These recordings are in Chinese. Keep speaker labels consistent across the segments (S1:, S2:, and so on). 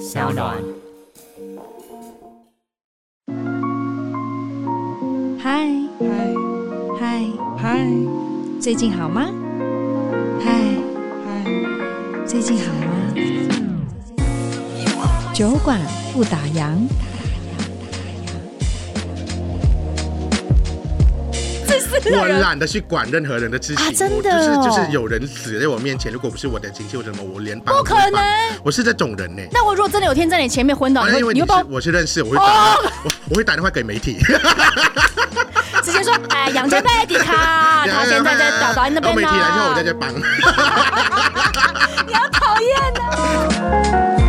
S1: 小暖。
S2: 嗨
S3: 嗨
S2: 嗨，
S3: 嗨
S2: 最近好吗？嗨，
S3: 嗨，
S2: 最近好吗？酒馆不打烊。
S4: 我懒得去管任何人的知情，
S2: 啊真的
S4: 我就是
S2: 哦
S4: 就是有人死在我面前，如果不是我的亲戚或者什么，我连帮
S1: 不
S4: 都
S1: 可
S4: 帮
S1: 能，
S4: 我是这种人呢、
S1: 那我如果真的有天在你前面昏倒，
S4: 啊
S1: 你
S4: 因为
S1: 会你
S4: 你
S1: 会
S4: 是
S1: 帮我
S4: 我是认识，我会打，我我会打电话给媒体，
S1: 直接说，哎，杨家贝迪 卡，他现在在导导演那
S4: 然后
S1: 边
S4: 媒
S1: 呢。
S4: 体来之后我在这帮。
S1: 你好讨厌呢。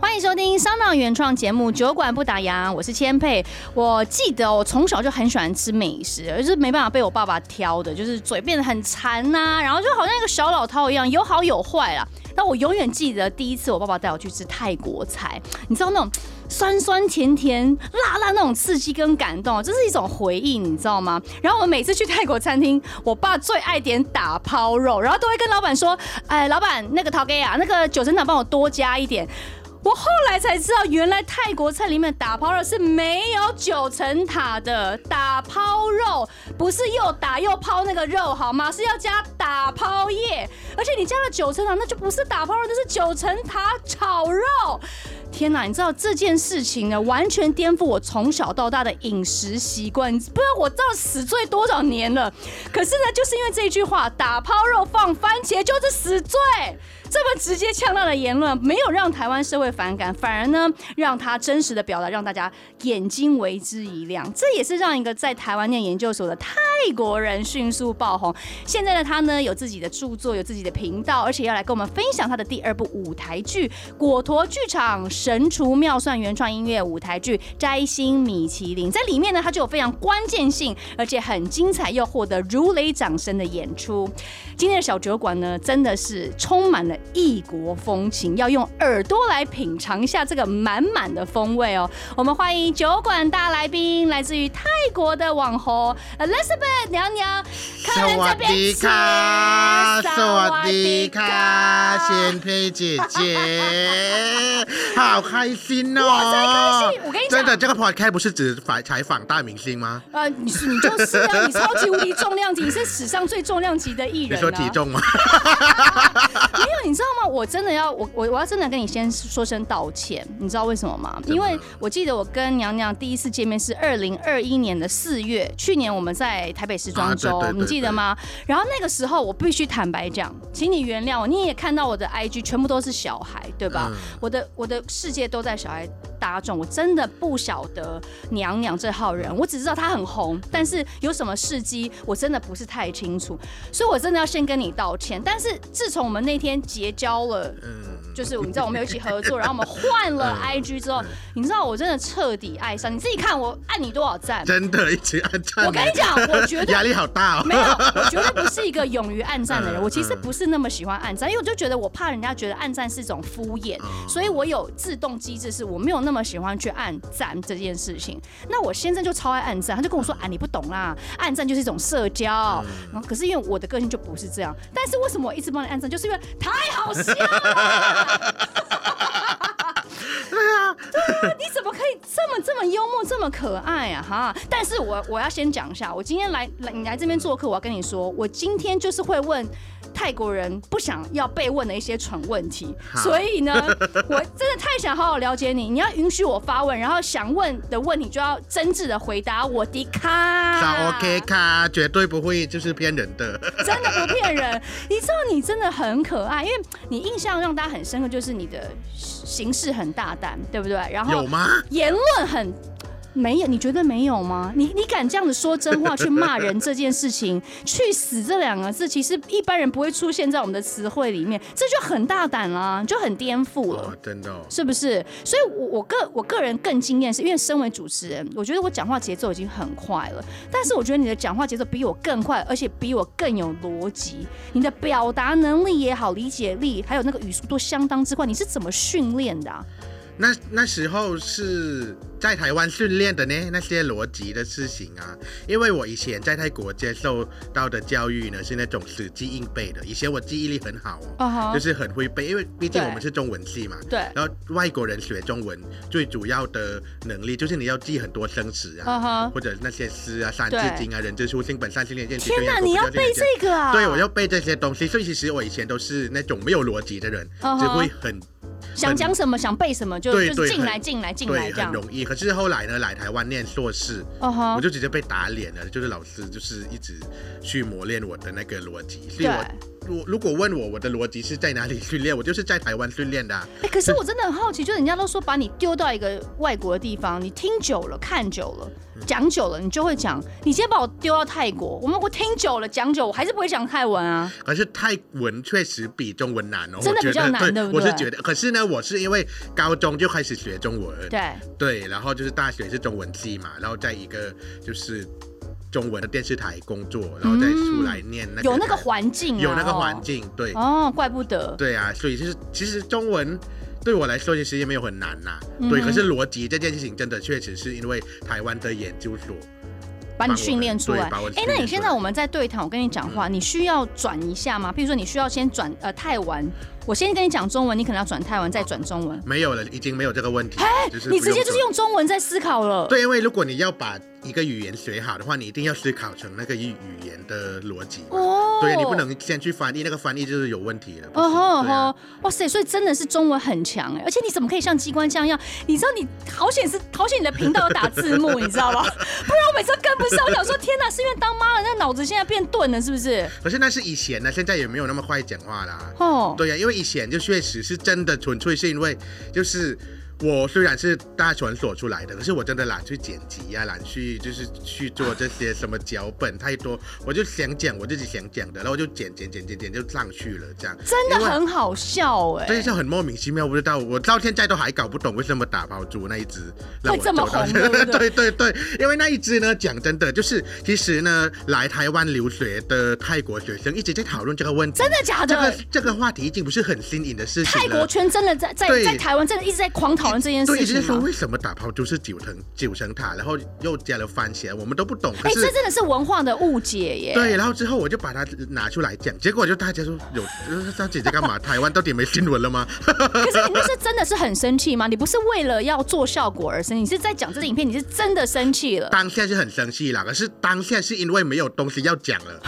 S1: 欢迎收听商浪原创节目《酒馆不打烊》，我是千佩。我记得我从小就很喜欢吃美食，就是没办法被我爸爸挑的，就是嘴变得很馋呐、然后就好像一个小老饕一样，有好有坏啦。但我永远记得第一次我爸爸带我去吃泰国菜，你知道那种酸酸甜甜、辣辣那种刺激跟感动，这是一种回忆，你知道吗？然后我们每次去泰国餐厅，我爸最爱点打抛肉，然后都会跟老板说：“哎，老板，那个陶给啊，那个九层塔帮我多加一点。”我后来才知道，原来泰国菜里面的打抛肉是没有九层塔的。打抛肉不是又打又抛那个肉好吗？是要加打抛叶，而且你加了九层塔，那就不是打抛肉，那是九层塔炒肉。天哪，你知道这件事情呢，完全颠覆我从小到大的饮食习惯。你不知道我到死罪多少年了，可是呢，就是因为这一句话，打抛肉放番茄就是死罪。这么直接呛辣的言论，没有让台湾社会反感，反而呢，让他真实的表达让大家眼睛为之一亮。这也是让一个在台湾念研究所的泰国人迅速爆红。现在的他呢，有自己的著作，有自己的频道，而且要来跟我们分享他的第二部舞台剧《果陀剧场神厨妙算》原创音乐舞台剧《摘星米其林》。在里面呢，他就有非常关键性，而且很精彩，又获得如雷掌声的演出。今天的小酒馆呢，真的是充满了异国风情，要用耳朵来品尝一下这个满满的风味哦。我们欢迎酒馆大来宾，来自于泰国的网红 Elizabeth 娘娘，客人这边请
S4: สวัสดีค่ะเชนเพ姐姐，好开心哦！
S1: 我在开心我跟你讲
S4: 真的，这个 podcast 不是只采采访大明星吗？
S1: 呃，你是你就是啊，你超级无敌重量级，你是史上最重量级的艺
S4: 你
S1: 人、啊。
S4: 说体重吗？
S1: 没有，你知道吗？我真的要我我我要真的跟你先说声道歉，你知道为什么吗？
S4: 么
S1: 因为我记得我跟娘娘第一次见面是二零二一年的四月，去年我们在台北时装周，
S4: 啊对对对
S1: 你记得吗？然后那个时候我必须坦白讲，请你原谅我，你也看到我的 IG 全部都是小孩，对吧？
S4: 嗯
S1: 我的我的世界都在小孩搭众，我真的不晓得娘娘这号人，我只知道她很红，但是有什么事迹我真的不是太清楚，所以我真的要先跟你道歉。但是自从我们那天结交了。
S4: 嗯，
S1: 就是你知道我们有一起合作，然后我们换了 IG 之后，你知道我真的彻底爱上你自己看我按你多少赞，
S4: 真的一直按赞。
S1: 我跟你讲我觉 得
S4: 压力好大哦。
S1: 没有，我绝对不是一个勇于暗赞的人。
S4: 嗯
S1: 我其实不是那么喜欢暗赞，因为我就觉得我怕人家觉得暗赞是一种敷衍，所以我有自动机制，是我没有那么喜欢去暗赞这件事情。那我先生就超爱暗赞，他就跟我说啊，你不懂啦，暗赞就是一种社交。然后可是因为我的个性就不是这样，但是为什么我一直帮你暗赞，就是因为太好笑了。你怎么可以这么这么幽默，这么可爱啊哈！但是我我要先讲一下，我今天来来你来这边做客，我要跟你说，我今天就是会问泰国人不想要被问的一些蠢问题，
S4: 好
S1: 所以呢，我真的太想好好了解你，你要允许我发问，然后想问的问题就要真挚的回答我的
S4: 找
S1: 卡
S4: OK 卡，绝对不会就是骗人的。
S1: 真的不骗人。你知道你真的很可爱，因为你印象让大家很深刻，就是你的形式很大胆，对不对？然后
S4: 有吗？
S1: 言论很没有，你觉得没有吗？你你敢这样子说真话去骂人这件事情，去死这两个字，其实一般人不会出现在我们的词汇里面，这就很大胆啦，就很颠覆了
S4: 哦。，真的哦。
S1: 是不是？所以我，我个我个人更惊艳，是因为身为主持人，我觉得我讲话节奏已经很快了，但是我觉得你的讲话节奏比我更快，而且比我更有逻辑。你的表达能力也好，理解力还有那个语速都相当之快，你是怎么训练的、啊？
S4: 那那时候是在台湾训练的呢，那些逻辑的事情啊，因为我以前在泰国接受到的教育呢是那种死记硬背的，以前我记忆力很好哦，
S1: 嗯哼
S4: 就是很会背，因为毕竟
S1: 对
S4: 我们是中文系嘛。
S1: 对，
S4: 然后外国人学中文最主要的能力就是你要记很多生词啊
S1: 嗯哼
S4: 或者那些诗啊、三字
S1: 对
S4: 经啊、人之初性本善、性本厌，
S1: 天哪，你要背
S4: 个。
S1: 这个啊？
S4: 对，我要背这些东西，所以其实我以前都是那种没有逻辑的人
S1: 嗯哼
S4: 只会很
S1: 想讲什么想背什么就
S4: 对
S1: 就是
S4: 对
S1: 进来
S4: 很
S1: 进来进来
S4: 对，
S1: 这
S4: 很
S1: 样。
S4: 容易。可是后来呢，来台湾念硕士，
S1: 哦哈
S4: 我就直接被打脸了，就是老师就是一直去磨练我的那个逻辑。所以
S1: 对
S4: 我我如果问我我的逻辑是在哪里训练，我就是在台湾训练的啊、
S1: 哎、可是我真的很好奇，就人家都说把你丢到一个外国的地方，你听久了、看久了、
S4: 嗯
S1: 讲久了，你就会讲。你今天把我丢到泰国，我们我听久了、讲久了，我还是不会讲泰文啊。
S4: 可是泰文确实比中文难哦，
S1: 真的
S4: 我觉
S1: 比较
S4: 得
S1: 难对不
S4: 我是
S1: 对
S4: 觉得，可是呢，我是因为高中就开始学中文，
S1: 对，
S4: 对，然后就是大学是中文系嘛，然后在一个就是中文的电视台工作，然后再出来念那个、
S1: 嗯有那个环境、啊，
S4: 有那个环境，对、
S1: 哦。哦，怪不得。
S4: 对啊，所以就是其实中文。对我来说，其实也没有很难呐、
S1: 嗯哼
S4: 对，可是逻辑这件事情，真的确实是因为台湾的研究所，
S1: 把你训练出来。
S4: 对把我
S1: 哎、
S4: 训练
S1: 那你
S4: 出
S1: 现
S4: 来嗯
S1: 在我们在对谈，我跟你讲话，你需要转一下吗？比如说你需要先转呃泰文，我先跟你讲中文，你可能要转泰文，再转中文。
S4: 没有了，已经没有这个问题了。就是
S1: 你
S4: 不
S1: 直接就是
S4: 做
S1: 用中文在思考了。
S4: 对，因为如果你要把一个语言学好的话，你一定要思考成那个语语言的逻辑嘛。
S1: 哦
S4: 对，你不能先去翻译，那个翻译就是有问题了。不
S1: 哦
S4: 行
S1: 吼哦
S4: 对啊
S1: 吼，哇塞！所以真的是中文很强哎，而且你怎么可以像机关枪一样？你知道你好显是好显你的频道有打字幕，你知道 吗？不然我每次都跟不上。我想说，天哪，是因为当妈了，那脑子现在变钝了，是不是？
S4: 可是那是以前啊呢，现在也没有那么快讲话啦。
S1: 哦，
S4: 对呀、因为以前就确实是真的纯粹是因为，就是我虽然是大传所出来的，可是我真的懒去剪辑呀、懒去就是去做这些什么脚本太多，我就想讲我自己想讲的，然后就剪剪剪剪剪就上去了这样。
S1: 真的
S4: 因为
S1: 很好笑哎。
S4: 对，就很莫名其妙，不知道我到现在都还搞不懂为什么打抛猪那一只让
S1: 会
S4: 我
S1: 这么
S4: 走到
S1: 红对不
S4: 对对对，因为那一只呢，讲真的，就是其实呢，来台湾留学的泰国学生一直在讨论这个问题，
S1: 真的假
S4: 这
S1: 的
S4: 个？这个话题已经不是很新颖的事情
S1: 泰国
S4: 了。
S1: 圈真的在在
S4: 对
S1: 在台湾真的一直在狂讨论这件
S4: 对，一
S1: 事
S4: 直在
S1: 情
S4: 说
S1: 吗？
S4: 为什么打抛猪是九层九层塔，然后又加了番茄，我们都不懂。可
S1: 哎，
S4: 是
S1: 这真的是哎文化的误解耶。
S4: 对，然后之后我就把它拿出来讲，结果就大家说有， 就是张姐姐干嘛？台湾到底没新闻了吗？
S1: 可是你那是真的是很生气吗？你不是为了要做效果而生气，你是在讲这支影片，你是真的生气 了。
S4: 当下是很生气啦，可是当下是因为没有东西要讲了。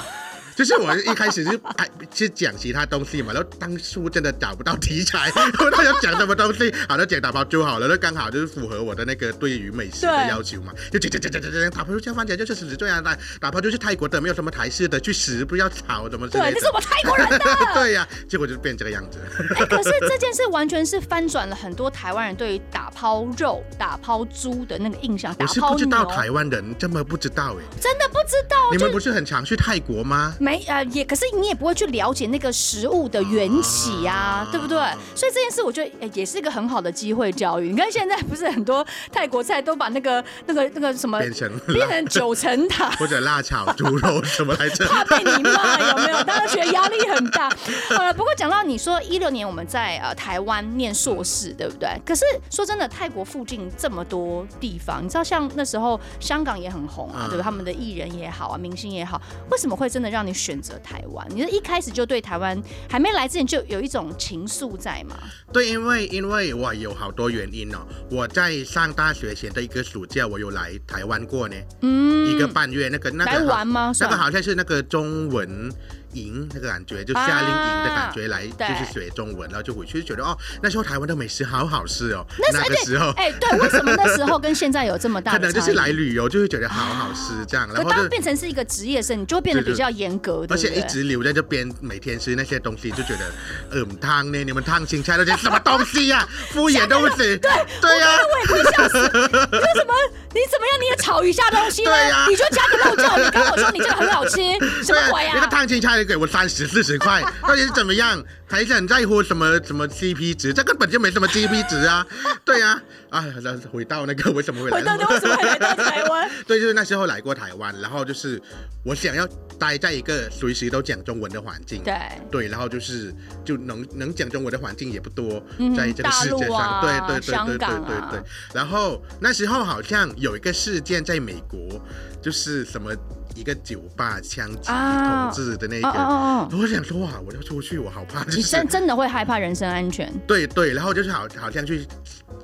S4: 就是我一开始是哎是讲其他东西嘛，然后当初真的找不到题材，不知道要讲什么东西，好，就讲打包猪好了，那刚好就是符合我的那个对于美食的
S1: 对
S4: 要求嘛，就讲讲讲讲讲讲打包猪像番茄就是十这样的，打包就是泰国的，没有什么台式的，去食不要炒什么之
S1: 对，
S4: 类
S1: 那是我
S4: 的。
S1: 们泰国人 的。
S4: 对呀、结果就变这个样子。
S1: 哎，可是这件事完全是翻转了很多台湾人对于打抛肉、打抛猪的那个印象。
S4: 我
S1: 打
S4: 是
S1: 抛
S4: 不知
S1: 牛
S4: 道台湾人这么不知道哎、
S1: 真的不知道，
S4: 你
S1: 就
S4: 们不是很常去泰国吗？
S1: 没呃也，可是你也不会去了解那个食物的缘起啊，
S4: 啊
S1: 对不对？所以这件事我觉得、哎也是一个很好的机会教育。你看现在不是很多泰国菜都把那个那个那个什么
S4: 变成
S1: 变成九层塔，
S4: 或者辣炒猪肉什么来着？
S1: 怕被你骂有没有？大家觉得压力很大。好了，不过讲到你说一六年我们在呃台湾念硕士，对不对？可是说真的，泰国附近这么多地方，你知道像那时候香港也很红啊，
S4: 嗯
S1: 对吧？他们的艺人也好啊，明星也好，为什么会真的让你选择台湾？你是一开始就对台湾还没来之前就有一种情愫在吗？
S4: 对，因为因为我有好多原因哦。我在上大学前的一个暑假，我有来台湾过呢，
S1: 嗯，
S4: 一个半月。那个那
S1: 来
S4: 个好
S1: 玩吗？
S4: 那
S1: 算
S4: 个好像是那个中文营那个感觉，就夏令营的感觉来，
S1: 啊对
S4: 就是学中文，然后就回去就觉得哦，那时候台湾的美食好好吃哦。
S1: 那
S4: 那
S1: 是
S4: 个时候
S1: 哎、对，为 什么那时候跟现在有这么大
S4: 可
S1: 的
S4: 能
S1: 差
S4: 就是
S1: 异？
S4: 来旅游就会觉得好好吃这样，
S1: 可
S4: 然后
S1: 当
S4: 就。
S1: 变成是一个职业生，你就会变得比较严格，对
S4: 而
S1: 不对？
S4: 且一直留在这边，每天吃那些东西，就觉得，嗯，汤呢？你们烫青啊 菜那些什么东西呀、敷衍都不行。对对呀、啊
S1: 我也快笑死！你为什么你怎么样？你也炒一下东西呢？
S4: 对呀
S1: 你就加个肉酱，你跟我说你这个很好吃，什么鬼
S4: 对啊？那个
S1: 啊？
S4: 烫青菜也给我三十四十块，到底是怎么样？还是很在乎什么什么 CP 值？这根本就没什么 CP 值 啊！对呀、啊，啊，那回到那个为什么会来？
S1: 回到为什么会来到台湾？
S4: 对，就是那时候来过台湾，然后就是我想要待在一个随时都讲中文的环境。
S1: 对，
S4: 对，然后就是就能能讲中文的环境也不多，
S1: 嗯
S4: 在这个世界
S1: 大陆
S4: 上，
S1: 啊
S4: 对对对
S1: 香
S4: 对对
S1: 港
S4: 对
S1: 啊
S4: 对。然后那时候好像有一个事件在美国，就是什么一个酒吧枪击
S1: 啊
S4: 同志的那个，
S1: 哦哦哦，
S4: 我想说哇，我要出去，我好怕，就
S1: 你
S4: 是
S1: 真真的会害怕人身安全？
S4: 对对，然后就是好好像去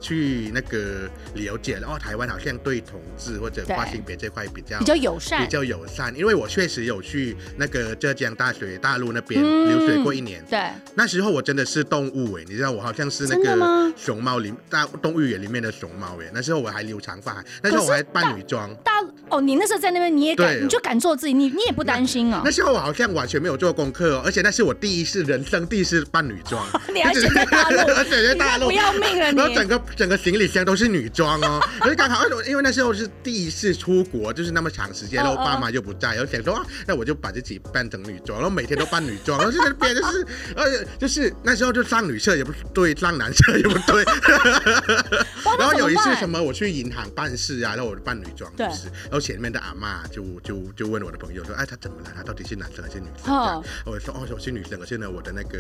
S4: 去那个了解了，然后台湾好像对同志或者
S1: 对
S4: 跨性别这块比较
S1: 比较友善
S4: 比，较友善，因为我确实有去那个浙江大学大陆那边
S1: 嗯
S4: 留学过一年。
S1: 对，
S4: 那时候我真的是动物哎，你知道我好像是那
S1: 真的吗
S4: 个熊猫里大动物园里面的熊猫哎，那时候我还留长发，那时候我还扮女装，
S1: 大哦，你那时候在那边，你也敢，
S4: 对
S1: 你就敢做自己，你你也不担心哦，
S4: 那。时候我好像完全没有做功课、哦，而且那是我第一次人生第一次扮女装
S1: 你还选在大陆
S4: 而且在大
S1: 你
S4: 陆
S1: 不要命 了你
S4: 然后整个整个行李箱都是女装 哦，而且刚好因为那时候是第一次出国，就是那么长时间，然后
S1: 嗯嗯
S4: 爸妈又不在，然后想说啊，那我就把自己扮成女装，然后每天都扮女装，然后就在那边就是， 而且就是那时候就上女厕也不对，上男厕也不对，
S1: 哇
S4: 然
S1: 那
S4: 后
S1: 怎
S4: 有一次
S1: 办
S4: 什么，我去银行办事啊，然后我就扮女装，
S1: 对
S4: 就是，然后前面的阿嬷就就就问我的朋友说，哎，她怎么了？她到底是男生还是女生？这样
S1: 哦
S4: 我说哦，我是女生，可是呢，我的那个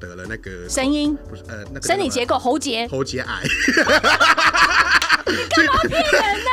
S4: 得了那个
S1: 声音
S4: 不是呃那个
S1: 生理结
S4: 构
S1: 构喉结，
S4: 喉结癌。去
S1: 啊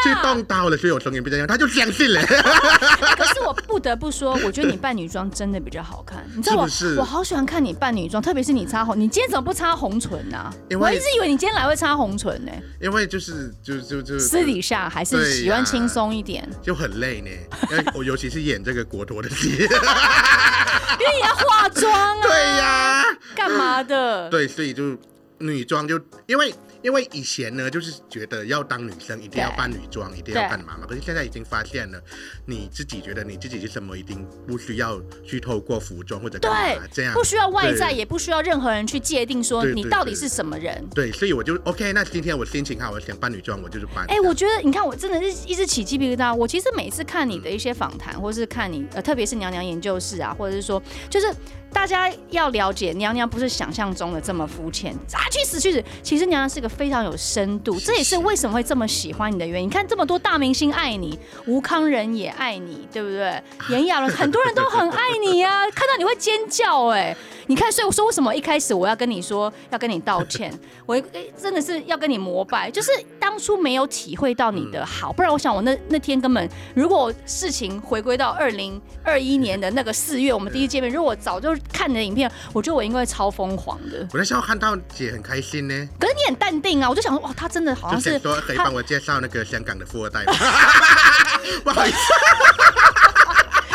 S4: 去动刀了，所以我声音不这样，他就相信了。
S1: 可是我不得不说，我觉得你扮女装真的比较好看。你知道我，
S4: 是不是
S1: 我好喜欢看你扮女装，特别是你擦红。你今天怎么不擦红唇啊？
S4: 因为
S1: 我一直以为你今天来会擦红唇呢、
S4: 因为就是就就就
S1: 私底下还是喜欢轻松一点，
S4: 就很累 呢，因为我尤其是演这个国托的戏。
S1: 啊因为你要化妆啊，
S4: 对呀、
S1: 干嘛的？
S4: 对，所以就女装就因为因为以前呢，就是觉得要当女生一定要
S1: 对
S4: 扮女装，一定要
S1: 对
S4: 干嘛嘛。可是现在已经发现了，你自己觉得你自己是什么，一定不需要去透过服装或者干嘛这
S1: 对，
S4: 样，
S1: 不需要外
S4: 对
S1: 在，也不需要任何人去界定说
S4: 对
S1: 你
S4: 对
S1: 到底
S4: 对
S1: 是什么人。
S4: 对，所以我就 OK。那今天我心情好，我想扮女装，我就是扮。
S1: 哎、我觉得你看，我真的是一直起鸡皮疙瘩。我其实每次看你的一些访谈，或是看你呃，特别是娘娘研究室啊，或者是说，就是大家要了解娘娘不是想象中的这么肤浅啊，去死去死。其实娘娘是个非常有深度，
S4: 是
S1: 这也是
S4: 是
S1: 为什么会这么喜欢你的原因。你看这么多大明星爱你，吴康仁也爱你，对不对？炎亚纶很多人都很爱你啊，看到你会尖叫哎、你看，所以我说为什么一开始我要跟你说要跟你道歉，我诶真的是要跟你膜拜，就是当初没有体会到你
S4: 嗯
S1: 的好，不然我想我那那天根本，如果事情回归到二零二一年的那个四月，我们第一见面，如果我早就看你的影片，我觉得我应该会超疯狂的。
S4: 我那时候看到姐很开心呢，
S1: 可是你很淡定啊，我就想说，哇，他真的好
S4: 就
S1: 像
S4: 想
S1: 哦是
S4: 说可以
S1: 他
S4: 帮我介绍那个香港的富二代吗。 不好意思，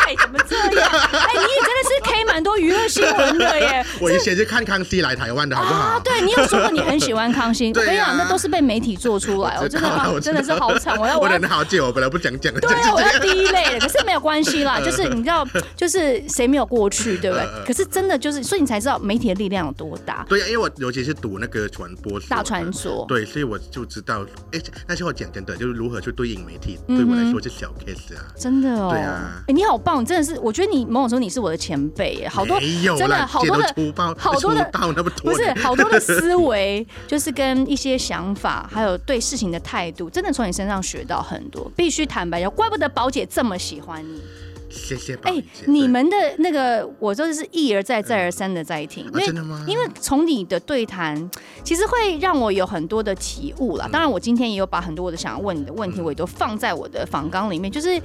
S1: 哎，怎么这 样？哎，你也真的是 K 蛮多娱乐新闻的耶。
S4: 我以前是看康熙来台湾的好不好？
S1: 啊，对你有说过你很喜欢康熙，我
S4: 对啊
S1: 跟你讲，那都是被媒体做出来，我哦
S4: 知
S1: 真的
S4: 道了
S1: 好
S4: 我
S1: 真的
S4: 知
S1: 是
S4: 道
S1: 好惨，我要
S4: 我
S1: 我要
S4: 忍了好久， 我本来不想讲的，
S1: 对
S4: 就是
S1: 啊，我要第一类的，可是没有关系 啦，就是你知道，就是谁没有过去，对不对
S4: 嗯嗯？嗯
S1: 可是真的就是，所以你才知道媒体的力量有多大。
S4: 对呀，啊因为我尤其是读那个传播所的
S1: 大传所
S4: 对，啊所以我就知道，哎，那时候讲真的，就是如何去对应媒体，
S1: 嗯哼
S4: 对我来说是小 case 啊。
S1: 真的哦，
S4: 对啊
S1: 哎你好棒，你真的是，我觉得你某种程度你是我的前辈耶，好多
S4: 没有
S1: 真的
S4: 啦，
S1: 好多
S4: 姐都
S1: 的
S4: 粗暴，
S1: 好多的
S4: 粗暴那么多
S1: 不是
S4: 年，
S1: 好多的思维，就是跟一些想法，还有对事情的态度，真的从你身上学到很多。必须坦白讲，怪不得宝姐这么喜欢你。
S4: 谢谢宝
S1: 哎、
S4: 仪姐。
S1: 你们的那个，我就是一而再，再而三的在听，因
S4: 嗯
S1: 为、
S4: 啊真的吗
S1: 因为从你的对谈，其实会让我有很多的体悟啦。当
S4: 嗯
S1: 然，我今天也有把很多我的想要问你的问题，我也都放在我的访纲里面，就是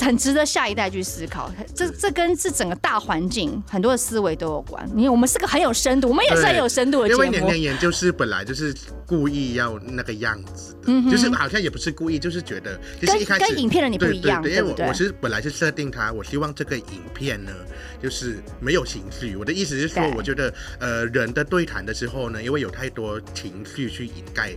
S1: 很值得下一代去思考。这这跟是整个大环境很多的思维都有关。你我们是个很有深度，我们也是很有深度的
S4: 因为
S1: 节
S4: 年
S1: 目
S4: 年。研究是本来就是故意要那个样子的，
S1: 嗯哼
S4: 就是好像也不是故意，就是觉得其实
S1: 跟
S4: 一开始
S1: 跟影片的你不一样
S4: 对
S1: 对
S4: 因
S1: 不
S4: 为我
S1: 对
S4: 我是本来是设定它，我希望这个影片呢就是没有情绪。我的意思是说
S1: 对，
S4: 我觉得呃人的对谈的时候呢，因为有太多情绪去掩盖。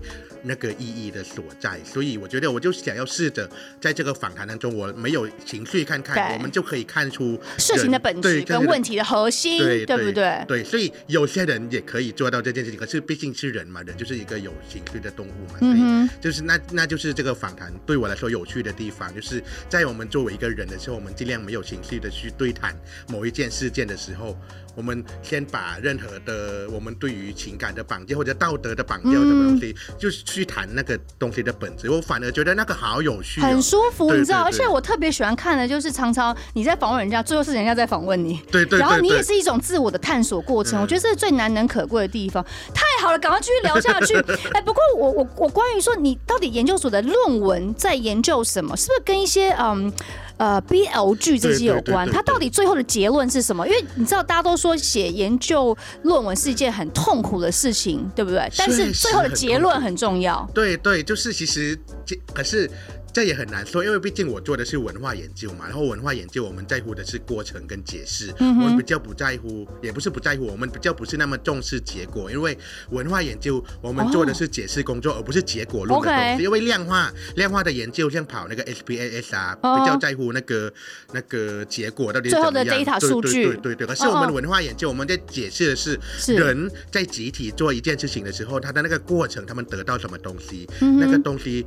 S4: 那个意义的所在。所以我觉得我就想要试着在这个访谈当中，我没有情绪看看，
S1: 对
S4: 我们就可以看出
S1: 事情
S4: 人
S1: 的本质
S4: 对
S1: 跟问。题的核心，
S4: 对
S1: 对不对？
S4: 对，所以有些人也可以做到这件事情，可是毕竟是人嘛，人就是一个有情绪的动物嘛，所以
S1: 嗯哼，
S4: 就是那那就是这个访谈对我来说有趣的地方，就是在我们作为一个人的时候，我们尽量没有情绪的去对谈某一件事件的时候，我们先把任何的我们对于情感的绑架或者道德的绑架
S1: 嗯
S4: 什么东西，就是去谈那个东西的本质。我反而觉得那个好有趣、哦
S1: 很，舒服，
S4: 对
S1: 你知道？
S4: 对
S1: 而且
S4: 对
S1: 我特别喜欢看的就是常常你在访问人家，最后是人家在访问你，
S4: 对对对
S1: 然后你
S4: 对
S1: 也是一种自我的探索过
S4: 嗯
S1: 程，我觉得这是最难能可贵的地方。太好了，赶快继续聊下 去。哎，不过我我我关于说你到底研究所的论文在研究什么，是不是跟一些嗯？呃，BL 剧这些有关，
S4: 对对对对
S1: 它到底最后的结论是什么？因为你知道，大家都说写研究论文是一件很痛苦的事情，对不对？但是
S4: 确实
S1: 最后的
S4: 很
S1: 结
S4: 痛
S1: 论
S4: 苦
S1: 很重要。
S4: 对对，就是其实这可是这也很难说，因为毕竟我做的是文化研究嘛，然后文化研究我们在乎的是过程跟解释，
S1: 嗯哼
S4: 我们比较不在乎，也不是不在乎，我们比较不是那么重视结果，因为文化研究我们做的是解释工作，而不是结果论的东
S1: OK
S4: 西。因为量化量化的研究，像跑那个 SPAS 啊，
S1: 哦
S4: 比较在乎那个那个结果到底是
S1: 最后
S4: 怎么
S1: 的
S4: 样
S1: data
S4: 对
S1: 数
S4: 对
S1: 据
S4: 对对对。可是我
S1: 哦哦
S4: 们文化研究，我们在解释的是
S1: 是
S4: 人在集体做一件事情的时候，他的那个过程，他们得到什么东西，
S1: 嗯哼
S4: 那个东西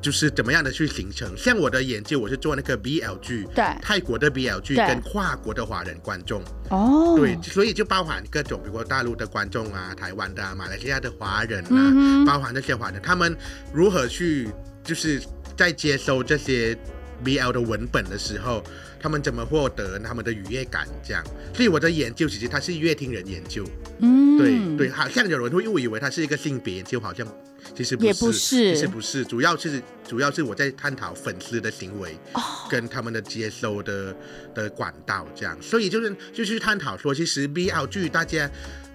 S4: 就是怎么样的去形成。像我的研究，我是做那个 BL 剧，
S1: 对
S4: 泰国的 BL 剧
S1: 对
S4: 跟跨国的华人观众，
S1: 哦，
S4: 对，所以就包含各种，比如说大陆的观众啊、台湾的、啊、马来西亚的华人啊，
S1: 嗯哼
S4: 包含那些华人，他们如何去就是在接收这些 BL 的文本的时候，他们怎么获得他们的愉悦感？这样，所以我的研究其实它是乐听人研究，
S1: 嗯，
S4: 对、对，好像有人会误以为它是一个性别研究，好像其实不
S1: 也
S4: 是，
S1: 不是
S4: 其实不是，主要是主要是我在探讨粉丝的行为，
S1: 哦
S4: 跟他们的接收的的管道这样，所以就是就是探讨说，其实 BL 剧大家。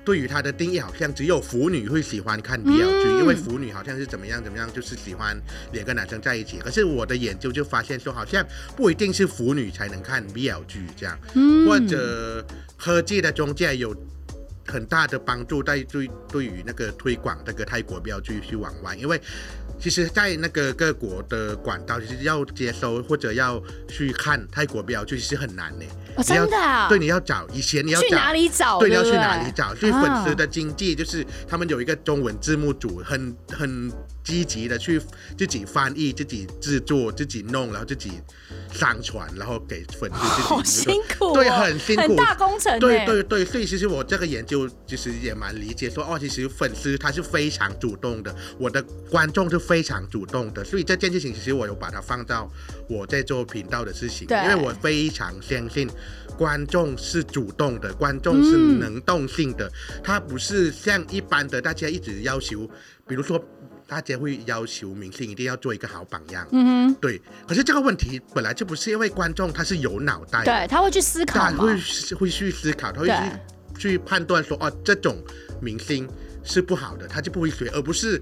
S4: 对于它的定义，好像只有腐女会喜欢看 BL 剧，
S1: 嗯
S4: 因为腐女好像是怎么样怎么样，就是喜欢两个男生在一起。可是我的研究就发现说，好像不一定是腐女才能看 BL 剧这样。
S1: 嗯
S4: 或者科技的中介有很大的帮助，在对对于那个推广这个泰国标继续往外，因为其实，在那个各国的管道，其实要接收或者要去看泰国标剧，其实很难呢。
S1: 哦
S4: 你要
S1: 真的啊
S4: 对，你要找以前你要
S1: 去
S4: 找
S1: 哪里找？
S4: 对，
S1: 不
S4: 要去哪里找？所以粉丝的经济就是他们有一个中文字幕组，很很积极的去自己翻译、自己制作、自己弄，然后自己上传，然后给粉丝自己
S1: 好
S4: 制
S1: 辛
S4: 作
S1: 苦哦、
S4: 对，很辛苦，
S1: 很大工程、欸。
S4: 对对对，所以其实我这个研究其实也蛮理解说，哦，其实粉丝他是非常主动的，我的观众是非常主动的，所以这件事情其实我有把它放到我在做频道的事情，
S1: 对
S4: 因为我非常相信观众是主动的，观众是
S1: 嗯
S4: 能动性的，他不是像一般的大家一直要求，比如说大家会要求明星一定要做一个好榜样，
S1: 嗯哼，
S4: 对，可是这个问题本来就不是因为观众他是有脑袋的。
S1: 对，他会去思考
S4: 他
S1: 嘛
S4: 会。去会去思考，他会
S1: 对
S4: 去去判断说，哦，这种明星是不好的，他就不会学，而不是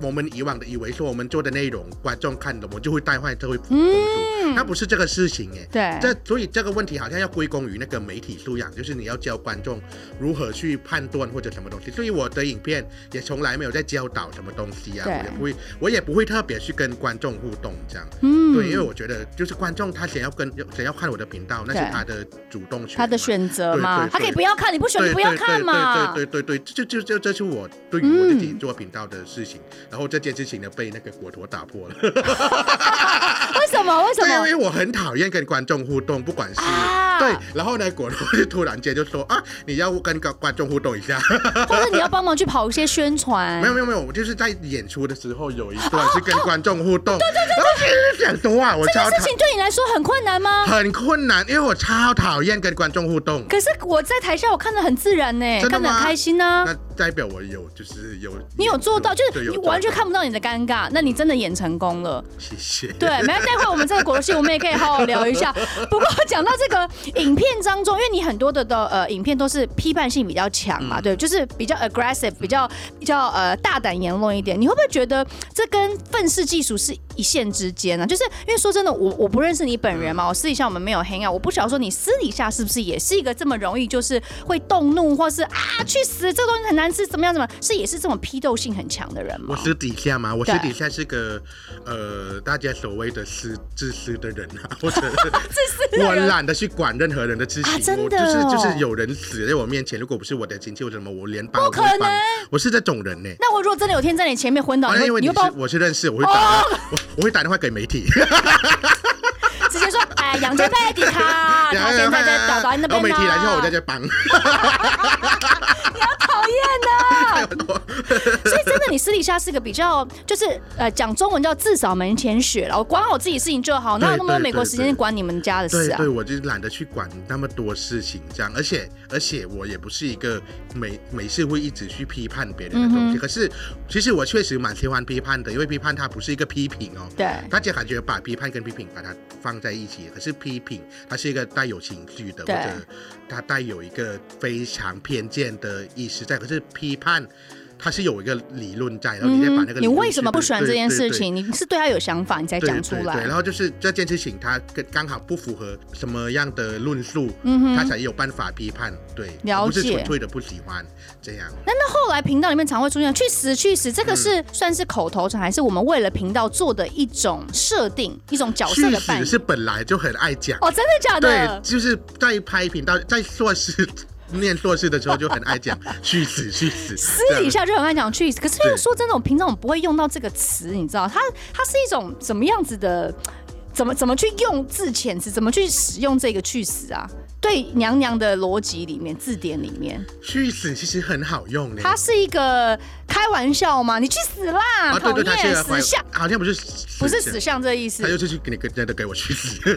S4: 我们以往的以为说我们做的内容，观众看了我们就会带坏这位公
S1: 嗯
S4: 主，那不是这个事情哎。
S1: 对，
S4: 这所以这个问题好像要归功于那个媒体素养，就是你要教观众如何去判断或者什么东西。所以我的影片也从来没有在教导什么东西啊，我
S1: 对
S4: 也不会，我也不会特别去跟观众互动这样。
S1: 嗯
S4: 对，因为我觉得就是观众他想要跟想要看我的频道，那是他的主动权嘛，
S1: 他的选择嘛
S4: 对，对
S1: 他可以不要看，你不选
S4: 对
S1: 你不要看嘛。
S4: 对对对对对，这就就这是我对于我自己做频道的事情，然后这件事情呢被那个国陀打破了，
S1: 为什么？为什
S4: 对，因
S1: 么？
S4: 为我很讨厌跟观众互动，不管是、
S1: 啊
S4: 对，然后呢国陀就突然间就说 啊，你要跟观观众互动一下，
S1: 或者你要帮忙去跑一些宣传？
S4: 没有没有没有，我就是在演出的时候有一段是跟观众互动，对对对，然后我就想说啊，我
S1: 这
S4: 超
S1: 件事
S4: 讨
S1: 情对你来说很困难吗？
S4: 很困难，因为我超讨厌跟观众互动。
S1: 可是我在台下我看得很自然呢、
S4: 真的
S1: 看得
S4: 吗
S1: 很开心呢、啊
S4: 那。代表我有，就是有
S1: 你有做到，就是
S4: 对
S1: 你
S4: 有
S1: 完
S4: 做
S1: 全
S4: 到
S1: 看不到你的尴尬，那你真的演成功了。
S4: 谢谢。
S1: 对，没有待会我们这个国戏，我们也可以好好聊一 下。不过讲到这个影片当中，因为你很多的的呃影片都是批判性比较强
S4: 嗯
S1: 嘛，对，就是比较 aggressive，比较比较呃大胆言论一点。你会不会觉得这跟愤世嫉俗是一线之间呢、啊？就是因为说真的，我我不认识你本人
S4: 嗯
S1: 嘛，我私底下我们没有 hang out，我不晓得说你私底下是不是也是一个这么容易就是会动怒，或是啊去死，这个东西很难吃，怎么样怎么样，是也是这种批斗性很强的人
S4: 我
S1: 吗？
S4: 私底下嘛，我私
S1: 对
S4: 底下是个呃，大家所谓的私自私的人 啊，或者
S1: 人
S4: 我懒得去管任何人的事情，
S1: 啊真
S4: 我
S1: 的
S4: 就是
S1: 哦
S4: 就是有人死在我面前，如果不是我的亲戚或者什么，我连帮
S1: 不
S4: 我都会
S1: 可能
S4: 帮，我是这种人呢、
S1: 那我如果真的有天在你前面昏倒，
S4: 好像啊
S1: 你会
S4: 因为
S1: 你
S4: 你
S1: 会
S4: 是
S1: 帮我
S4: 我是认识，我会打我我会打电话给媒体，
S1: 直接说，哎，杨杰佩迪 卡，啊他现
S4: 啊
S1: 在在导导演那
S4: 然后
S1: 边啊
S4: 媒
S1: 呢，
S4: 体来之后我再去帮。
S1: 讨 厌啊的。 所以真的，你私底下是个比较，就是呃，讲中文叫自扫门前雪了。我管好我自己事情就好，哪有那么
S4: 对
S1: 多
S4: 对
S1: 美国时间
S4: 对
S1: 管你们家的
S4: 对
S1: 事啊
S4: 对，？我就懒得去管那么多事情，这样，而且而且我也不是一个每每次会一直去批判别人的
S1: 嗯
S4: 东西，可是其实我确实蛮喜欢批判的，因为批判它不是一个批评哦，
S1: 对
S4: 大家感觉把批判跟批评把它放在一起，可是批评它是一个带有情绪的，或
S1: 对
S4: 者它带有一个非常偏见的意识在，可是批判。它是有一个理论在，然后你再把那个理论去、
S1: 嗯你为什么不喜欢这件
S4: 对对
S1: 事
S4: 对
S1: 情？你是对他有想法，你才
S4: 对
S1: 讲出
S4: 对对，
S1: 来
S4: 然。后就是这件事情，它跟刚好不符合什么样的论述，
S1: 嗯哼
S4: 他才有办法批判。对，
S1: 了
S4: 不是
S1: 解
S4: 纯粹的不喜欢这样。
S1: 那那后来频道里面常会出现“去死去死”，这个是算是口头禅，还是我们为了频道做的一种设定、一种角色
S4: 事
S1: 的扮
S4: 实
S1: 演？
S4: 是本来就很爱讲，
S1: 哦，真的假
S4: 对
S1: 的，？
S4: 就是在拍频道，在硕士念硕士的时候就很爱 讲去死去死，
S1: 私
S4: 这样
S1: 底下就很爱讲 cheese，可是
S4: 对
S1: 又说真的，我平常我不会用到这个词，你知道，它它是一种怎么样子的，怎么怎么去用字遣词，怎么去使用这个去死啊？对娘娘的逻辑里面，字典里面，
S4: 去死其实很好用呢。
S1: 它是一个开玩笑吗？你去死啦！
S4: 啊，对
S1: 讨
S4: 对，他是
S1: 厌
S4: 个
S1: 死相，
S4: 好像不是死
S1: 不是死，相这个意思
S4: 他。就是去给你跟真的给我去死。？
S1: 可是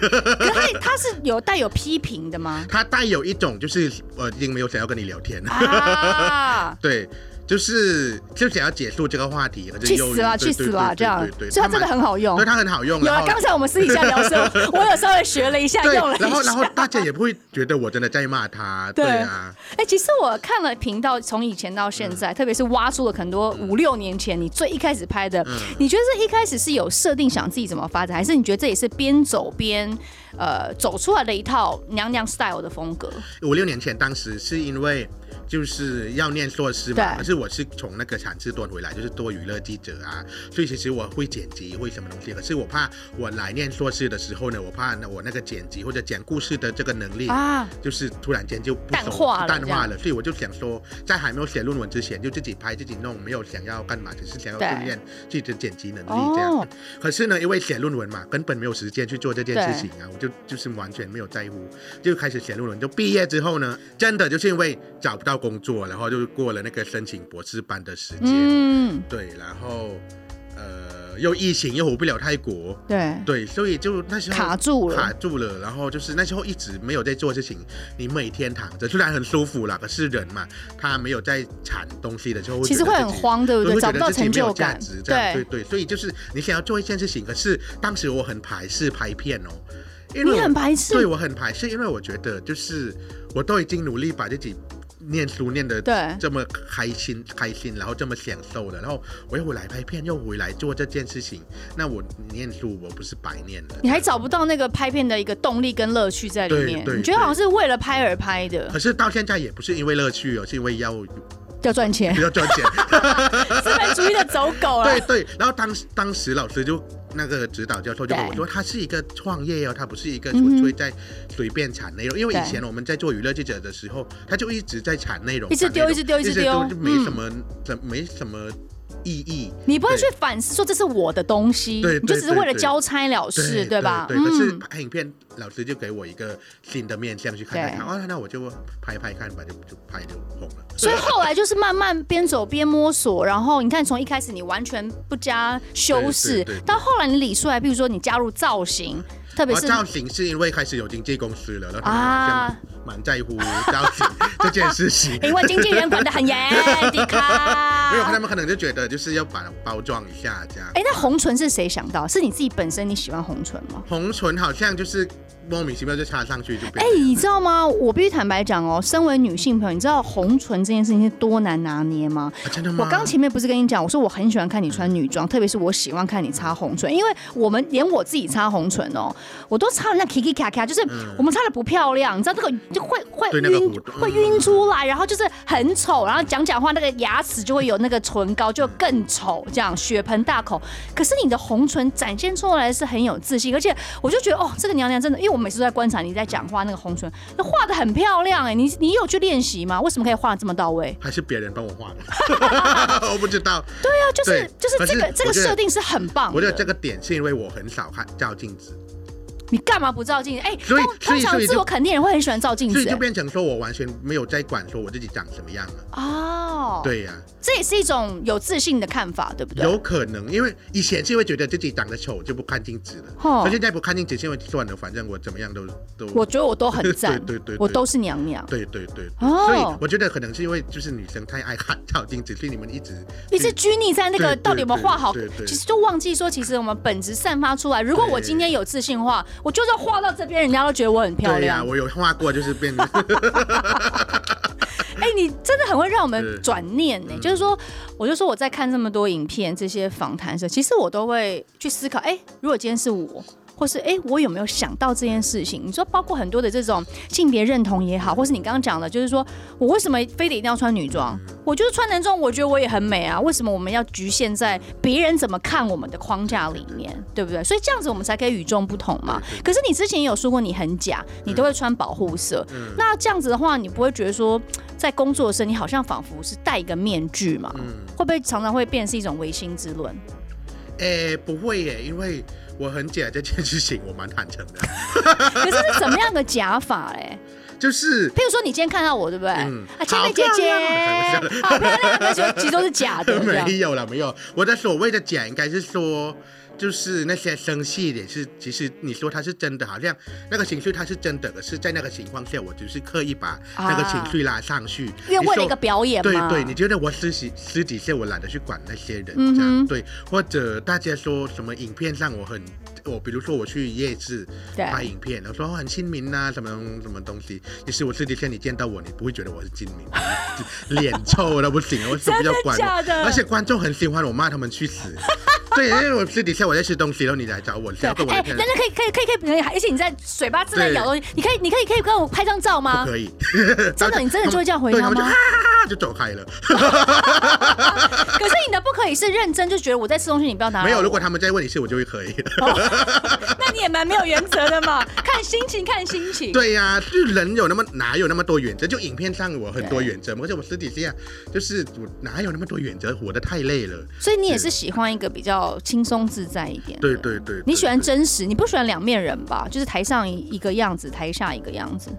S1: 它它是有带有批评的吗
S4: 他带有一种就是我已经没有想要跟你聊天了。
S1: 啊，
S4: 对，就是就想要结束这个话题，可是
S1: 去
S4: 又
S1: 死啦，
S4: 对
S1: 去
S4: 对
S1: 死啦，
S4: 对
S1: 这样
S4: 对对，，
S1: 所以它真的
S4: 蛮
S1: 很好用
S4: 对，。它很好用。
S1: 有
S4: 然
S1: 啊，
S4: 后
S1: 刚才我们私底下聊的 时候，我有稍微学了一下，
S4: 对
S1: 用了一，下。
S4: 然后然后大家也不会觉得我真的在骂 他，
S1: 对
S4: 对啊，
S1: 哎、其实我看了频道从以前到现
S4: 嗯
S1: 在，特别是挖出了很多五六年前你最一开始拍的，
S4: 嗯
S1: 你觉得这一开始是有设定想自己怎么发展，还是你觉得这也是边走边呃走出来的一套娘娘 style 的风格？
S4: 五六年前当时是因为。就是要念硕士嘛，
S1: 对
S4: 可是我是从那个产制端回来，就是做娱乐记者啊，所以其实我会剪辑，会什么东西。可是我怕我来念硕士的时候呢，我怕我那个剪辑或者讲故事的这个能力
S1: 啊，
S4: 就是突然间就不熟
S1: 淡化了
S4: 淡
S1: 这
S4: 化
S1: 样
S4: 了，所以我就想说，在还没有写论文之前，就自己拍自己弄，没有想要干嘛，只是想要
S1: 对
S4: 训练自己的剪辑能
S1: 哦
S4: 力这样。可是呢，因为写论文嘛，根本没有时间去做这件事情啊，我就就是完全没有在乎，就开始写论文。就毕业之后呢，真的就是因为找不到工作，然后就过了那个申请博士班的时间，
S1: 嗯，
S4: 对，然后呃又疫情又回不了泰国，
S1: 对，
S4: 对，所以就那时候
S1: 卡住了
S4: 卡住了。然后就是那时候一直没有在做事情，你每天躺着，虽然很舒服啦，可是人嘛，他没有在产东西的时候，
S1: 其实
S4: 觉
S1: 会
S4: 得
S1: 很
S4: 自己
S1: 慌，对不
S4: 对，
S1: 对？
S4: 会
S1: 找
S4: 觉得
S1: 不到
S4: 自己
S1: 成
S4: 没有
S1: 就
S4: 价
S1: 感
S4: 值，，这样对
S1: 对。
S4: 对，所以就是你想要做一件事情，可是当时我很排斥拍片哦，因为
S1: 你
S4: 我
S1: 很排斥
S4: 对我很排斥，因为我觉得就是我都已经努力把自己念书念的
S1: 对
S4: 这么开心开心，然后这么享受了，然后我又回来拍片，又回来做这件事情，那我念书我不是白念了？
S1: 你还找不到那个拍片的一个动力跟乐趣在里
S4: 对
S1: 面，
S4: 对呃
S1: 你觉得好像是为了拍而拍的
S4: 可，是到现在也不是因为乐趣哦，是因为要，
S1: 要赚钱
S4: 要赚 钱。
S1: 资本主义的走狗啊
S4: 对！对，然后当时当时老师就那个指导教授就跟我
S1: 对
S4: 说，他是一个创业哦，他不是一个
S1: 嗯哼
S4: 纯粹在随便产内容，因为
S1: 对
S4: 以前我们在做娱乐记者的时候，他就一直在产内容，
S1: 一直
S4: 产内
S1: 丢
S4: 容
S1: 一直丢一
S4: 一
S1: 直
S4: 丢
S1: 丢
S4: 就没
S1: 嗯
S4: 什么，怎没什么意义。
S1: 你不会去
S4: 对
S1: 反思说这是我的东西，
S4: 对对
S1: 你就只是为了
S4: 对对
S1: 交差了事，
S4: 对
S1: 吧？
S4: 对，
S1: 嗯
S4: 可是拍影片老师就给我一个新的面向去看
S1: 对
S4: 看，看哦，那我就拍拍看吧，就就拍就红了。
S1: 所以后来就是慢慢边走边摸索，然后你看从一开始你完全不加修饰
S4: 对对对，对
S1: 到后来你理出来，比如说你加入 造型，特别
S4: 而
S1: 是
S4: 造型是因为开始有经纪公司了，然后他们好
S1: 啊
S4: 像蛮在乎造型这件事情。
S1: 因为经啊纪人管得很严，迪
S4: 没有，他
S1: 卡。
S4: 们可能就觉得就是要把它包装一
S1: 哎
S4: 下这样。
S1: 哎，那红唇是谁想到？是你自己本身你喜欢红唇吗？
S4: 红唇好像就是莫名其妙就插上去就变
S1: 哎、
S4: 了。
S1: 你知道吗？我必须坦白讲哦，身为女性朋友，你知道红唇这件事情是多难拿捏吗？
S4: 啊真的吗？嗯
S1: 我刚前面不是跟你讲，我说我很喜欢看你穿女装，特别是我喜欢看你擦红唇，因为我们连我自己擦红唇哦，我都擦人家 kiki 卡卡，就是我们擦的不漂亮，你知道这个就会会
S4: 嗯对那个嗯
S1: 晕
S4: 弧度
S1: 会晕出来，然后就是很丑，然后讲讲话那个牙齿就会有那个唇膏就更丑，这样血盆大口。可是你的红唇展现出来是很有自信，而且我就觉得哦，这个娘娘真的，因为我每次都在观察你在讲话那个红唇，那画的很漂亮哎，你你有去练习吗？为什么可以画的这么到位？
S4: 还是别人帮我画的， 我不知道。对啊，
S1: 就是就是这个这
S4: 可
S1: 个设。
S4: 是我觉得
S1: 定是很棒
S4: 我觉得
S1: 的。
S4: 这个点是因为我很少看照镜子，
S1: 你干嘛不照镜子？哎、
S4: 所以
S1: 通
S4: 所
S1: 通
S4: 以
S1: 常
S4: 所以
S1: 自
S4: 就
S1: 我肯定人会很喜欢照镜
S4: 所
S1: 子、
S4: 以就
S1: 哎
S4: 变成说我完全没有在管说我自己长什么样了。
S1: 哦，，
S4: 对呀、
S1: 这也是一种有自信的看法，对不对？
S4: 有可能，因为以前是会觉得自己长得丑就不看镜子了，
S1: 哦
S4: 可现在不看镜子是因为算了，反正我怎么样都都。
S1: 我觉得我都很赞，
S4: 对对对对
S1: 我都是娘娘，
S4: 对对对，对
S1: 哦
S4: 所以我觉得可能是因为就是女生太爱看 照镜子，所以你们一直
S1: 一直拘泥在那个
S4: 对对
S1: 到底有没有画好
S4: 对对，对
S1: 其实就忘记说，其实我们本质散发出来。如果我今天有自信的话，我就是要画到这边，人家都觉得我很漂
S4: 对呀、
S1: 亮。
S4: 我有画过，就是变
S1: 哎、你真的很会让我
S4: 是
S1: 们转念呢、就是说，我就说我在看这么多影片、这些访谈的时候，其实我都会去思考：哎、如果今天是我。或是哎、我有没有想到这件事情？你说，包括很多的这种性别认同也好，或是你刚刚讲的，就是说我为什么非得一定要穿女装？我就是穿男装，我觉得我也很美啊。为什么我们要局限在别人怎么看我们的框架里面，对不对？所以这样子我们才可以与众不同嘛。可是你之前也有说过你很假，
S4: 嗯
S1: 你都会穿保护色。那这样子的话，你不会觉得说在工作的时候，你好像仿佛是戴一个面具嘛？
S4: 嗯
S1: 会不会常常会变成是一种唯心之论？
S4: 诶、不会耶，因为我很解这件事情，我蛮坦诚的，
S1: 可是是怎么样的假法嘞？
S4: 就是
S1: 譬如说，你今天看到我，对不对？
S4: 嗯
S1: 啊，千妹姐姐，
S4: 好漂亮啊
S1: 好漂亮，那就其实都是 假的，这样
S4: 没有了，没有。我的所谓的假，应该是说，就是那些生气也是，其实你说它是真的，好像那个情绪它是真的，可是在那个情况下，我只是刻意把那个情绪拉上去，
S1: 啊因为为了
S4: 你说
S1: 一个表演
S4: 对
S1: 嘛。
S4: 对，你觉得我私底私底下我懒得去管那些人，
S1: 嗯哼
S4: 这样对，或者大家说什么影片上我很。我比如说我去夜市
S1: 对
S4: 拍影片，我说哦很亲民呐、什么东什么东西。其实我私底下你见到我，你不会觉得我是亲民，脸臭的不行，我什么要管
S1: 真的
S4: 我？
S1: 假的
S4: 而且观众很喜欢我骂他们去 死。对，因为我私底下我在吃东西，然后你来找我，是
S1: 对，
S4: 要跟我
S1: 哎
S4: 聊，
S1: 那
S4: 天。
S1: 那可以可以可以可以可以，而且你在嘴巴正在
S4: 对
S1: 咬东西，你可以你可以可以跟我拍张照 吗
S4: 不？可以，
S1: 真的，你真的就会这样 回
S4: 对，
S1: 答
S4: 然后就
S1: 吗
S4: 哈？哈哈就走开了。
S1: 可是你的不可以是认真，就觉得我在吃东西，你不要拿来
S4: 没有，
S1: 我
S4: 如果他们再问一次，我就会可以。
S1: 那你也蛮没有原则的嘛，看心情，看心情。
S4: 对呀、是人有那么哪有那么多原则？就影片上我很多原则嘛，而且我私底下就是我哪有那么多原则？活得太累了。
S1: 所以你也是喜欢一个比较轻松自在一点的。
S4: 对对对
S1: 你喜欢
S4: 对
S1: 真实，你不喜欢两面人吧？就是台上一个样子，台下一个样子，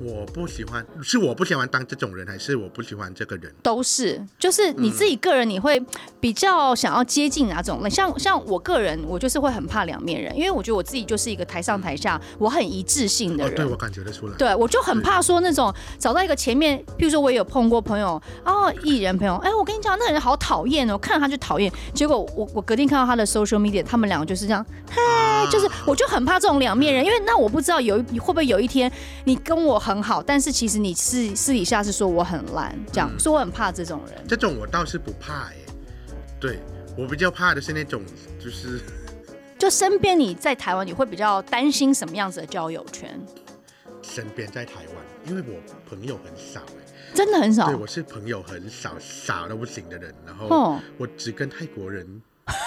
S4: 我不喜欢，是我不喜欢当这种人，还是我不喜欢这个人？
S1: 都是。就是你自己个人，你会比较想要接近哪种类？像像我个人，我就是会很怕两面人，因为我觉得我自己就是一个台上台下我很一致性的
S4: 哦，
S1: 人。
S4: 对我感觉得出来。
S1: 对，我就很怕说那种找到一个前面，譬如说我也有碰过朋友哦，艺人朋友，哎，我跟你讲，那个人好讨厌哦，看着他就讨厌。结果我我隔天看到他的 social media，他们两个就是这样，
S4: 啊，
S1: 就是我就很怕这种两面人，因为那我不知道有一你会不会有一天你跟我很好，但是其实你私私底下是说我很烂这
S4: 嗯
S1: 样，所以我很怕这种人。
S4: 这种我倒是不怕哎、对我比较怕的是那种就是
S1: 就身边你在台湾，你会比较担心什么样子的交友圈？
S4: 身边在台湾，因为我朋友很少哎、
S1: 真的很少
S4: 对，我是朋友很少，少到不行的人。然后
S1: 哦
S4: 我只跟泰国人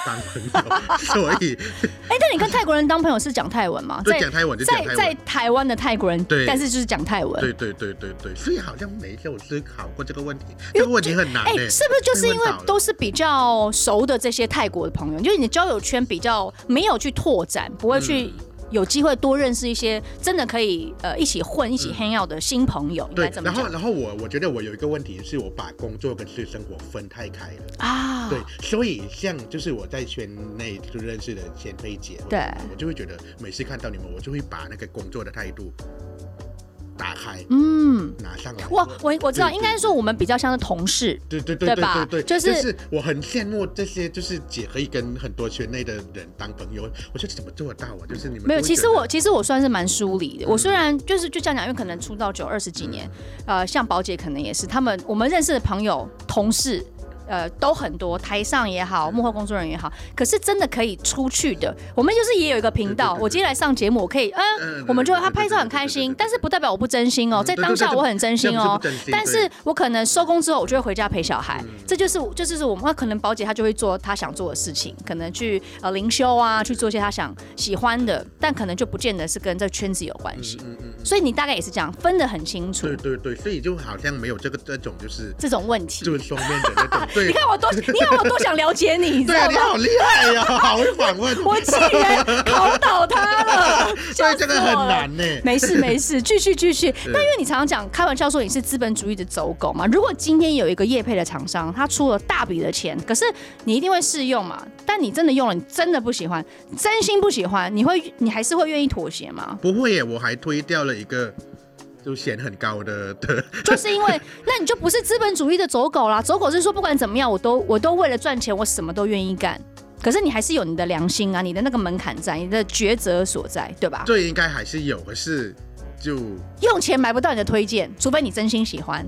S4: 当朋友， 所以
S1: 哎、但你跟泰国人当朋友是讲泰文吗？
S4: 就
S1: 在
S4: 讲泰文就讲泰
S1: 在
S4: 文
S1: 在台湾的泰国人，
S4: 对
S1: 但是就是讲泰文。
S4: 对对对对对，所以好像没有思考过这个问题，这个问题很难
S1: 哎、
S4: 诶、
S1: 是不是就是因为
S4: 被问到
S1: 都
S4: 了
S1: 是比较熟的这些泰国的朋友，就是你的交友圈比较没有去拓展，不会
S4: 嗯
S1: 去有机会多认识一些真的可以呃一起混、一起 hang out 的新朋友，应该
S4: 嗯对？
S1: 这么
S4: 然后
S1: 讲
S4: 然后我我觉得我有一个问题是我把工作跟私生活分太开了。
S1: 啊？
S4: 对，所以像就是我在圈内就认识的前辈姐，
S1: 对
S4: 我就会觉得每次看到你们，我就会把那个工作的态度打开
S1: 嗯，
S4: 拿上来。
S1: 我我我知道，
S4: 对
S1: 应该说我们比较像是同事，
S4: 对对对
S1: 对
S4: 对
S1: 吧
S4: 对对，
S1: 就是
S4: 但是我很羡慕这些，就是姐可以跟很多圈内的人当朋友，我觉得怎么做到啊？就是你们
S1: 没有，
S4: 都会
S1: 其实
S4: 觉得嗯
S1: 我其实我算是蛮疏离的。我虽然就是就这样讲，因为可能出道久二十几年，呃，像宝姐可能也是，他们我们认识的朋友、同事，呃，都很多，台上也
S4: 嗯
S1: 好，幕后工作人员也好，可是真的可以出去的，我们就是也有一个频道，
S4: 对对对对
S1: 我今天来上节目，我可以，嗯、
S4: 嗯
S1: 我们就
S4: 对对
S1: 他拍照很开
S4: 对对
S1: 心
S4: 对，对
S1: 但是不代表我不真心哦，
S4: 嗯
S1: 在
S4: 对对
S1: 当下
S4: 对对
S1: 我很真心
S4: 这
S1: 哦
S4: 样是不真心，
S1: 但是
S4: 对
S1: 我可能收工之后，我就会回家陪小孩
S4: 嗯，
S1: 这就是这就是我们那可能宝姐她就会做她想做的事情，可能去呃灵修啊，去做一些她想喜欢的，但可能就不见得是跟这圈子有关系。
S4: 嗯嗯嗯，
S1: 所以你大概也是这样分得很清楚
S4: 对对对，所以就好像没有这个这种就是
S1: 这种问题。
S4: 就是双面的那种，对
S1: 你看我多，你看我多想了解你，你知
S4: 对啊，
S1: 道
S4: 你
S1: 吗？
S4: 好厉害呀、好啊会访问，
S1: 我竟然考倒他了，
S4: 所
S1: 笑
S4: 以
S1: 死
S4: 这
S1: 我
S4: 个很
S1: 了。
S4: 难呢、
S1: 没事没事，继续继续。但因为你常常讲开玩笑说你是资本主义的走狗嘛，如果今天有一个业配的厂商，他出了大笔的钱，可是你一定会试用嘛？但你真的用了，你真的不喜欢，真心不喜欢，你会你还是会愿意妥协吗？
S4: 不会耶，我还推掉了一个就显很高的的，
S1: 就是因为那你就不是资本主义的走狗啦，走狗是说不管怎么样，我都我都为了赚钱，我什么都愿意干。可是你还是有你的良心啊，你的那个门槛在，你的抉择所在，对吧？
S4: 这应该还是有，可是就
S1: 用钱买不到你的推荐，除非你真心喜欢。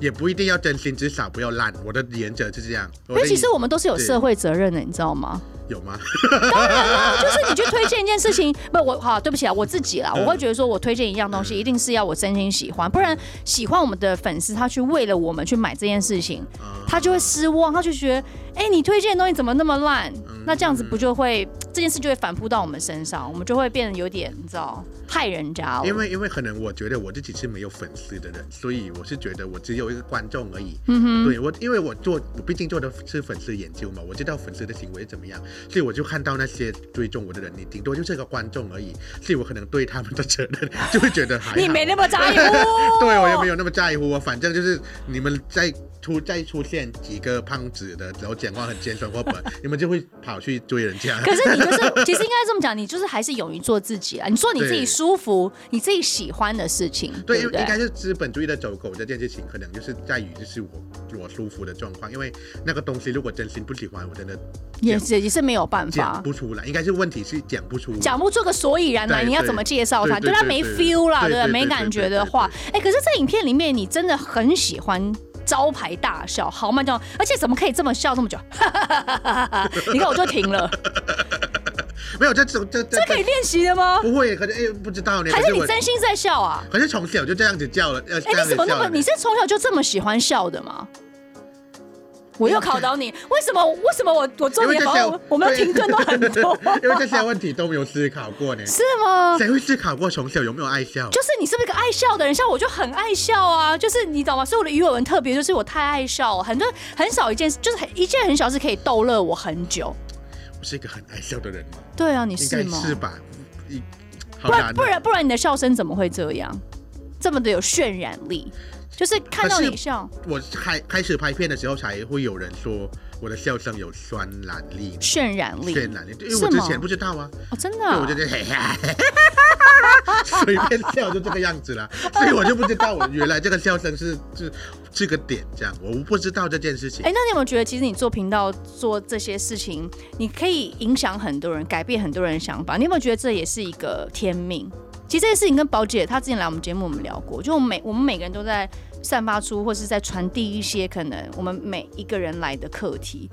S4: 也不一定要真心，至少不要烂。我的原则是这样。我
S1: 因
S4: 的
S1: 为其实我们都是有
S4: 对
S1: 社会责任的，你知道吗？
S4: 有吗？
S1: 就是你去推荐一件事情， 不，我好，对不起啊，我自己啦，我
S4: 嗯
S1: 会觉得说我推荐一样东西，一定是要我真心喜欢，不然喜欢我们的粉丝，他去为了我们去买这件事情，
S4: 啊
S1: 他就会失望，他就觉得，哎、你推荐的东西怎么那么烂？那这样子不就会这件事就会反扑到我们身上，我们就会变得有点，你知道，害人家哦了。
S4: 因为因为可能我觉得我自己是没有粉丝的人，所以我是觉得我只有一个观众而已。
S1: 嗯哼，
S4: 对我，因为我做我毕竟做的是粉丝研究嘛，我知道粉丝的行为是怎么样，所以我就看到那些追踪我的人，你顶多就是个观众而已，所以我可能对他们的责任就会觉得还好，
S1: 你没那么在乎
S4: 对我也没有那么在乎，我反正就是你们再出再出现几个胖子的，然后讲话很尖酸刻薄，你们就会跑去追人家。
S1: 可是你就是，其实应该这么讲，你就是还是勇于做自己啊。你做你自己
S4: 对
S1: 舒服、你自己喜欢的事情，
S4: 对，
S1: 对
S4: 因
S1: 不
S4: 为应
S1: 对？
S4: 该是资本主义的走狗这件事情，可能就是在于就是我我舒服的状况，因为那个东西如果真心不喜欢，我真的
S1: 也是也是没有办
S4: 讲
S1: 法
S4: 不出来，应该是问题是讲不出来。
S1: 讲不出个所以然来，
S4: 对
S1: 你要
S4: 对
S1: 怎么介绍他？
S4: 对对
S1: 他
S4: 对
S1: 没
S4: 对
S1: feel 啦，
S4: 对
S1: 对不对？
S4: 对
S1: 没
S4: 对
S1: 感
S4: 对
S1: 觉
S4: 对
S1: 的
S4: 对
S1: 话，哎，可是这影片里面你真的很喜欢。招牌大笑，好慢这样，而且怎么可以这么笑这么久？ 你看我就 停了，
S4: 没有这种这这
S1: 这可以练习的吗？
S4: 不会，可能哎不知道呢。
S1: 还是你
S4: 可我
S1: 真心在笑啊？
S4: 可是从小就这样子叫了，呃，这
S1: 哎、
S4: 样子
S1: 你怎么那
S4: 叫
S1: 么？
S4: 了
S1: 你是从小就这么喜欢笑的吗？我又考倒你，为什么？为什么我我做
S4: 因为
S1: 你的
S4: 这
S1: 保
S4: 些
S1: 我我们的停顿都很 多，
S4: 因为这些问题都没有思考过呢。
S1: 是吗？
S4: 谁会思考过从小有没有爱笑？
S1: 就是你是不是一个爱笑的人？像我就很爱笑啊，就是你懂吗？所以我的鱼尾纹特别，就是我太爱笑了，很多很少一件事，就是很一件很小事可以逗乐我很久。
S4: 我是一个很爱笑的人吗？
S1: 对啊，你
S4: 应
S1: 是
S4: 该
S1: 吗？
S4: 是吧？一好
S1: 不
S4: 难
S1: 然
S4: 哦。
S1: 不然不然你的笑声怎么会这样，这么的有渲染力？就是看到
S4: 可是
S1: 你笑，
S4: 我开开始拍片的时候才会有人说我的笑声有酸染力、
S1: 渲染力
S4: 渲染力，因为
S1: 是
S4: 我之
S1: 吗
S4: 前不知道啊，
S1: 哦，真的、
S4: 对，
S1: 啊，
S4: 我就觉得嘿哈。随便笑就这个样子啦，所以我就不知道我原来这个笑声是是是个点这样，我不知道这件事情
S1: 哎、。那你有没有觉得，其实你做频道做这些事情，你可以影响很多人，改变很多人的想法？你有没有觉得这也是一个天命？其实这件事情跟宝姐她之前来我们节目，我们聊过，就我们每我们每个人都在散发出，或是在传递一些可能我们每一个人来的课题。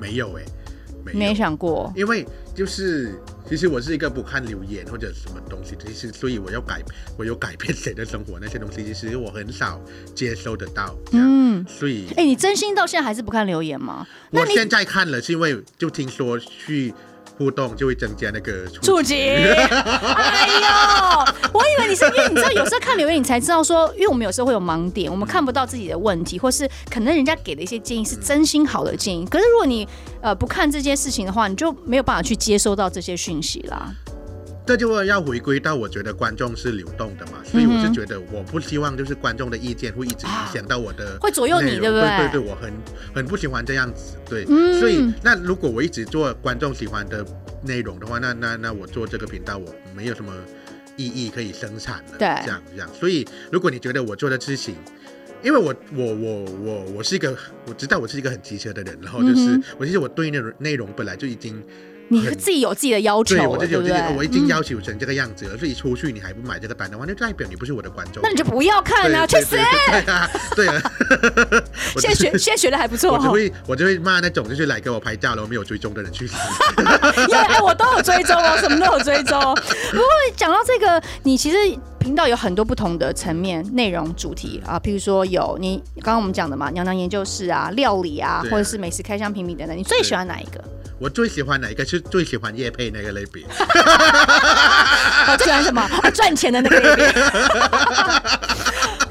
S4: 没有哎、
S1: 你
S4: 没有
S1: 没，想过，
S4: 因为就是其实我是一个不看留言或者什么东西，其实所以我要改，我有改变谁的生活那些东西，其实我很少接收得到，这样，
S1: 嗯，
S4: 所以
S1: 哎、你真心到现在还是不看留言吗？那
S4: 我
S1: 你
S4: 现在看了，是因为就听说去互动就会增加那个触
S1: 触及，哎呦，我以为你是因为你知道，有时候看留言你才知道说，因为我们有时候会有盲点，我们看不到自己的问题，或是可能人家给的一些建议是真心好的建议，可是如果你呃不看这些事情的话，你就没有办法去接收到这些讯息啦。
S4: 这就要回归到我觉得观众是流动的嘛，所以我
S1: 嗯
S4: 是
S1: 哼
S4: 觉得我不希望就是观众的意见会一直影响到我的，
S1: 嗯会左右你对
S4: 对
S1: 不对
S4: 对对，我很很不喜欢这样子，对，
S1: 嗯
S4: 所以那如果我一直做观众喜欢的内容的话，那那那我做这个频道我没有什么。意义可以生产了。
S1: 对
S4: 这样这样。所以如果你觉得我做的事情，因为我我我我我是一个我知道我是一个很机车的人，然后就是、
S1: 嗯
S4: 我其实我对内容内容本来就已经
S1: 你自己有自己的要求
S4: 对
S1: 了，
S4: 我自己有
S1: 不
S4: 这个
S1: 对？
S4: 我已经
S1: 嗯
S4: 要求成这个样子了，所以出去你还不买这个单的话，那就代表你不是我的观众。
S1: 那你就不要看
S4: 对
S1: 啊，去
S4: 对
S1: 死！
S4: 对对啊，对 啊。我
S1: 现在学现在学的还不错
S4: 我只
S1: 哈，
S4: 会我只会骂那种就是来给我拍照然后没有追踪的人去死。
S1: 因为哎，我都有追踪哦，什么都有追踪哦。不过讲到这个，你其实频道有很多不同的层面、内容、主题啊，譬如说有你刚刚我们讲的嘛，娘娘研究室啊、料理啊，
S4: 对啊
S1: 或者是美食开箱评比等等，你最喜欢哪一个？
S4: 我最喜欢哪一个是最喜欢叶配那个类别？
S1: 我最喜欢什么？啊赚钱的那个一面。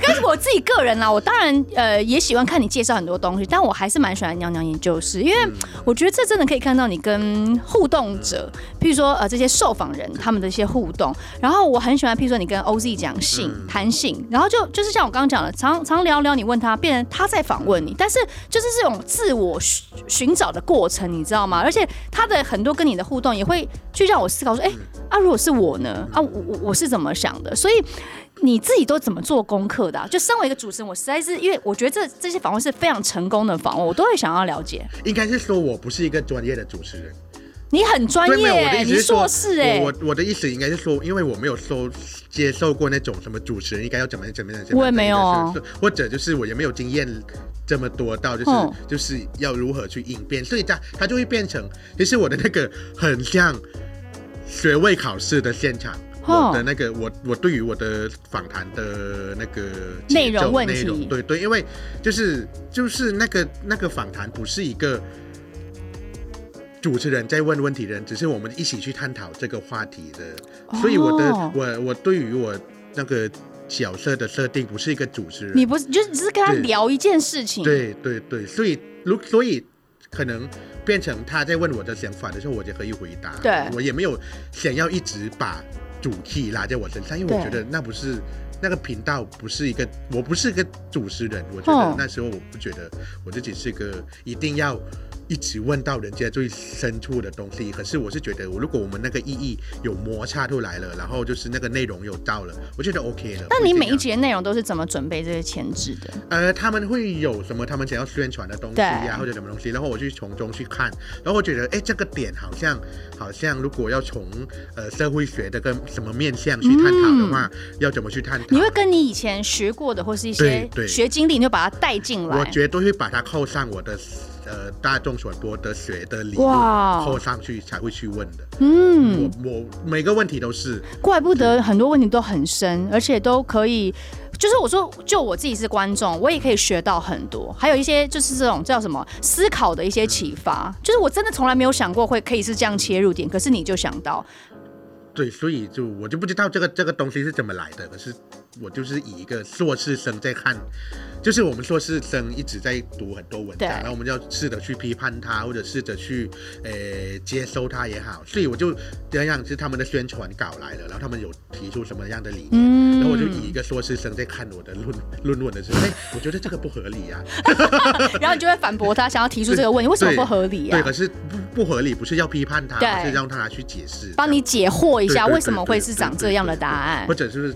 S1: 但是我自己个人啦，我当然呃也喜欢看你介绍很多东西，但我还是蛮喜欢娘娘研究室，因为我觉得这真的可以看到你跟互动者，譬如说呃这些受访人他们的一些互动。然后我很喜欢，譬如说你跟 OZ 讲性
S4: 嗯
S1: 谈性，然后就就是像我刚刚讲的，常常聊聊，你问他，变成他在访问你，但是就是这种自我寻寻找的过程，你知道吗？而且他的很多跟你的互动也会去让我思考说，哎、啊，如果是我呢？啊，我我我是怎么想的？所以你自己都怎么做功课的啊、就身为一个主持人，我实在是因为我觉得这这些访问是非常成功的访问，我都会想要了解。
S4: 应该是说我不是一个专业的主持人。
S1: 你很专
S4: 对，没
S1: 业、
S4: 有我的意
S1: 你
S4: 思是说，
S1: 硕士哎、
S4: 我我我的意思应该是说，因为我没有受接受过那种什么主持人应该要怎么样怎么样怎么样，
S1: 我也没有哦
S4: 怎么样或者就是我也没有经验这么多到就是、
S1: 嗯
S4: 就是要如何去应变，所以它它就会变成，其实我的那个很像学位考试的现场。
S1: 哦
S4: 我的那个，我我对于我的访谈的那个节
S1: 内容
S4: 奏
S1: 问
S4: 内容
S1: 题
S4: 对对，因为就是就是那个那个访谈不是一个主持人在问问题的人，只是我们一起去探讨这个话题的。所以我的、
S1: 哦
S4: 我我对于我那个角色的设定不是一个主持人，
S1: 你不是就是只是跟他
S4: 对
S1: 聊一件事情，
S4: 对对对，所以如所以可能变成他在问我的想法的时候，我就可以回答。
S1: 对
S4: 我也没有想要一直把主题拉在我身上，因为我
S1: 对
S4: 觉得那不是那个频道不是一个，我不是一个主持人，我觉
S1: 哦
S4: 得那时候我不觉得我自己是个一定要。一直问到人家最深处的东西，可是我是觉得，我如果我们那个意义有摩擦出来了，然后就是那个内容有到了，我觉得 OK 了。
S1: 那
S4: 我
S1: 你
S4: 这
S1: 每一
S4: 样
S1: 集的内容都是怎么准备这些前置的？
S4: 呃，他们会有什么他们想要宣传的东西呀、
S1: 对
S4: 或者什么东西，然后我去从中去看，然后我觉得，哎，这个点好像好像，如果要从呃社会学的跟什么面向去探讨的话，要怎么去探讨？
S1: 嗯你会跟你以前学过的或是一些
S4: 对对
S1: 学经历，你就把它带进来。
S4: 我绝对会把它扣上我的呃大众传播的学的理论
S1: 哇
S4: 扣上去才会去问的。
S1: 嗯，
S4: 我我每个问题都是
S1: 怪不得很多问题都很深，而且都可以。就是我说，就我自己是观众，我也可以学到很多，还有一些就是这种叫什么思考的一些启发。就是我真的从来没有想过会可以是这样切入点，可是你就想到，
S4: 对，所以就我就不知道这个这个东西是怎么来的，可是我就是以一个硕士生在看，就是我们硕士生一直在读很多文
S1: 对
S4: 章，然后我们要试着去批判它，或者试着去呃接收它也好，所以我就这样是他们的宣传稿来了，然后他们有提出什么样的理念，
S1: 嗯
S4: 然后我就以一个硕士生在看我的论论文的时候，哎，我觉得这个不合理呀、
S1: 然后你就会反驳他，想要提出这个问题，为什么不合理
S4: 对，
S1: 啊
S4: 可？是不不合理不是要批判它，
S1: 对
S4: 而是让它去解释，
S1: 帮你解惑一
S4: 对
S1: 下，
S4: 对
S1: 为什么会是长这样的答案
S4: 或？者是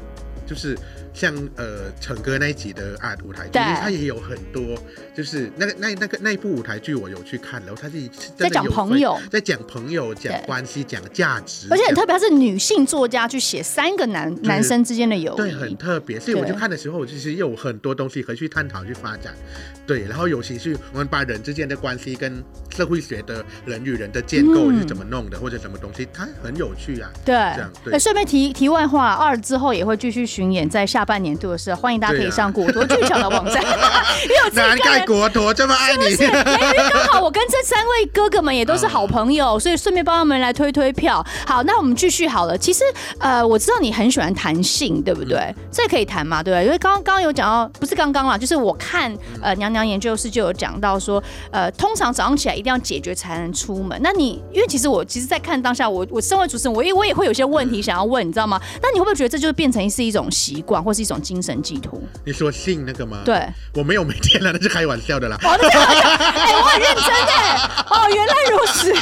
S4: 就是像呃成哥那一集的啊舞台剧，
S1: 对
S4: 他也有很多就是那个那那个那一部舞台剧我有去看，然后他是是真的
S1: 在讲
S4: 有分
S1: 朋友
S4: 在讲朋友，讲关系，讲价值，
S1: 而且很
S4: 讲
S1: 特别，他是女性作家去写三个男
S4: 对
S1: 男生之间的友
S4: 对，很
S1: 谊，
S4: 特别，所以我
S1: 对
S4: 就看的时候，其实有很多东西可以去探讨、去发展，对，然后尤其是我们把人之间的关系跟社会学的人与人的建构
S1: 嗯
S4: 是怎么弄的，或者什么东西，它很有趣啊。
S1: 对
S4: 这样，对
S1: 哎顺便提题外话，二之后也会继续巡演，在下半年度的时候，欢迎大家可以
S4: 对啊
S1: 上果陀剧场的网 站， 因为我自
S4: 难
S1: 己个
S4: 怪
S1: 人。
S4: 国陀这么爱你，
S1: 因为哎刚好我跟这三位哥哥们也都是好朋友，所以顺便帮他们来推推票。好，那我们继续好了。其实，呃，我知道你很喜欢谈性，对不对？这可以谈嘛，对不对？因为刚刚刚有讲到，不是刚刚啦，就是我看呃娘娘研究室就有讲到说，呃，通常早上起来一定要解决才能出门。那你因为其实我其实，在看当下，我我身为主持人，我也我也会有些问题想要问，你知道吗？那你会不会觉得这就是变成是一种习惯，或是一种精神寄托？
S4: 你说信那个吗？
S1: 对，
S4: 我没有每天了，那是开玩笑的啦。
S1: 哦，那这个哎、我很认真哎、哦，原来如此。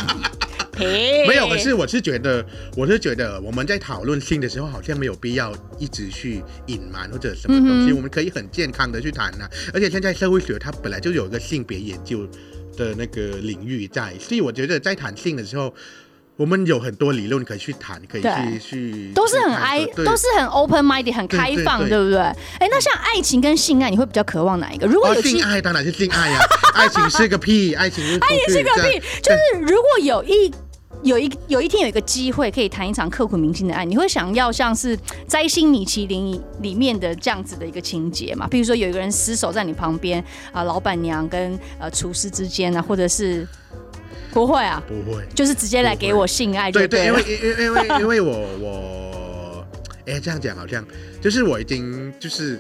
S1: 屁
S4: 没有，可是我是觉得，我是觉得我们在讨论性的时候，好像没有必要一直去隐瞒或者什么东西，
S1: 嗯哼
S4: 我们可以很健康的去谈呐、而且现在社会学它本来就有一个性别研究的那个领域在，所以我觉得在谈性的时候，我们有很多理论可以去谈，可以去
S1: 对
S4: 去
S1: 都是
S4: 去
S1: 很
S4: 探
S1: 爱
S4: 索，对
S1: 都是很 open minded，很
S4: 对
S1: 开放，
S4: 对对
S1: 对不对？哎，那像爱情跟性爱，你会比较渴望哪一个？如果
S4: 哦，
S1: 有机
S4: 性爱当然是性爱呀、啊爱情是个屁，爱情是
S1: 爱情是个
S4: 出去
S1: 屁，就是如果有一。有一有一天有一个机会可以谈一场刻骨铭心的爱，你会想要像是《摘星米其林》里面的这样子的一个情节嘛？比如说有一个人厮守在你旁边啊、老板娘跟呃厨师之间啊，或者是不会啊，
S4: 不会。
S1: 就是直接来给我性爱就
S4: 对对，
S1: 对
S4: 因
S1: 了
S4: 为。因为因为因为因为我我，哎，这样讲好像就是我已经就是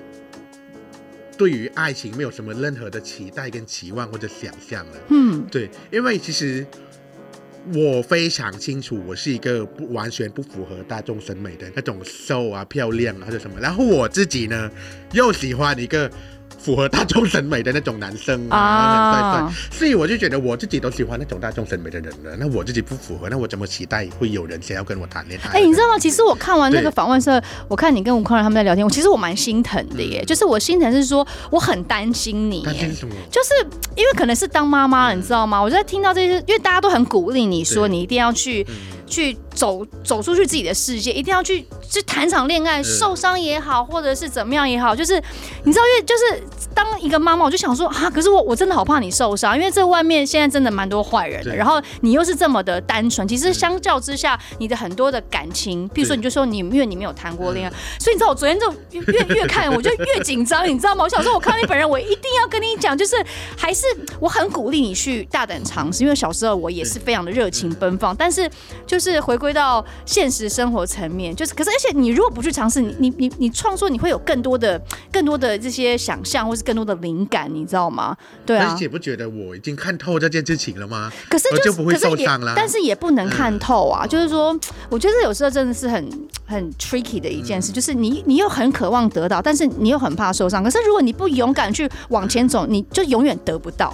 S4: 对于爱情没有什么任何的期待跟期望或者想象了。
S1: 嗯，
S4: 对，因为其实我非常清楚，我是一个不完全不符合大众审美的那种瘦啊、漂亮啊或者什么。然后我自己呢，又喜欢一个符合大众审美的那种男生啊，
S1: 啊
S4: 很帅帅。所以我就觉得我自己都喜欢那种大众审美的人了，那我自己不符合，那我怎么期待会有人想要跟我谈恋爱？
S1: 哎、你知道吗？其实我看完那
S4: 对
S1: 个访问的时候，我看你跟吴康仁他们在聊天，我其实我蛮心疼的耶。就是我心疼是说，我很担心你
S4: 担
S1: 耶
S4: 心。什么？
S1: 就是因为可能是当妈妈了，你知道吗？我就在听到这些，因为大家都很鼓励你说
S4: 嗯对
S1: 你一定要去
S4: 嗯
S1: 去走走出去自己的世界，一定要去去谈场恋爱，
S4: 嗯
S1: 受伤也好，或者是怎么样也好，就是你知道，因为就是当一个妈妈，我就想说啊，可是我我真的好怕你受伤，因为这外面现在真的蛮多坏人的，
S4: 对嗯
S1: 然后你又是这么的单纯，其实相较之下，你的很多的感情，譬如说
S4: 对嗯
S1: 你就说你因为你没有谈过恋爱，所以你知道我昨天就越越越看我就越紧张，你知道吗？我想说，我看到你本人，我一定要跟你讲，就是还是我很鼓励你去大胆尝试，因为小时候我也是非常的热情奔放，但是就是回归到现实生活层面，就是可是而且你如果不去尝试，你你你你创作你会有更多的更多的这些想象，或是更多的灵感，你知道吗？对啊
S4: 而，且不觉得我已经看透这件事情了吗？
S1: 可是
S4: 我
S1: 就
S4: 就是不会
S1: 可是
S4: 受
S1: 也
S4: 伤啦
S1: 但是也不能看透啊。就是说，我觉得有时候真的是很很 tricky 的一件事，就是你你又很渴望得到，但是你又很怕受伤。可是如果你不勇敢去往前走，你就永远得不到。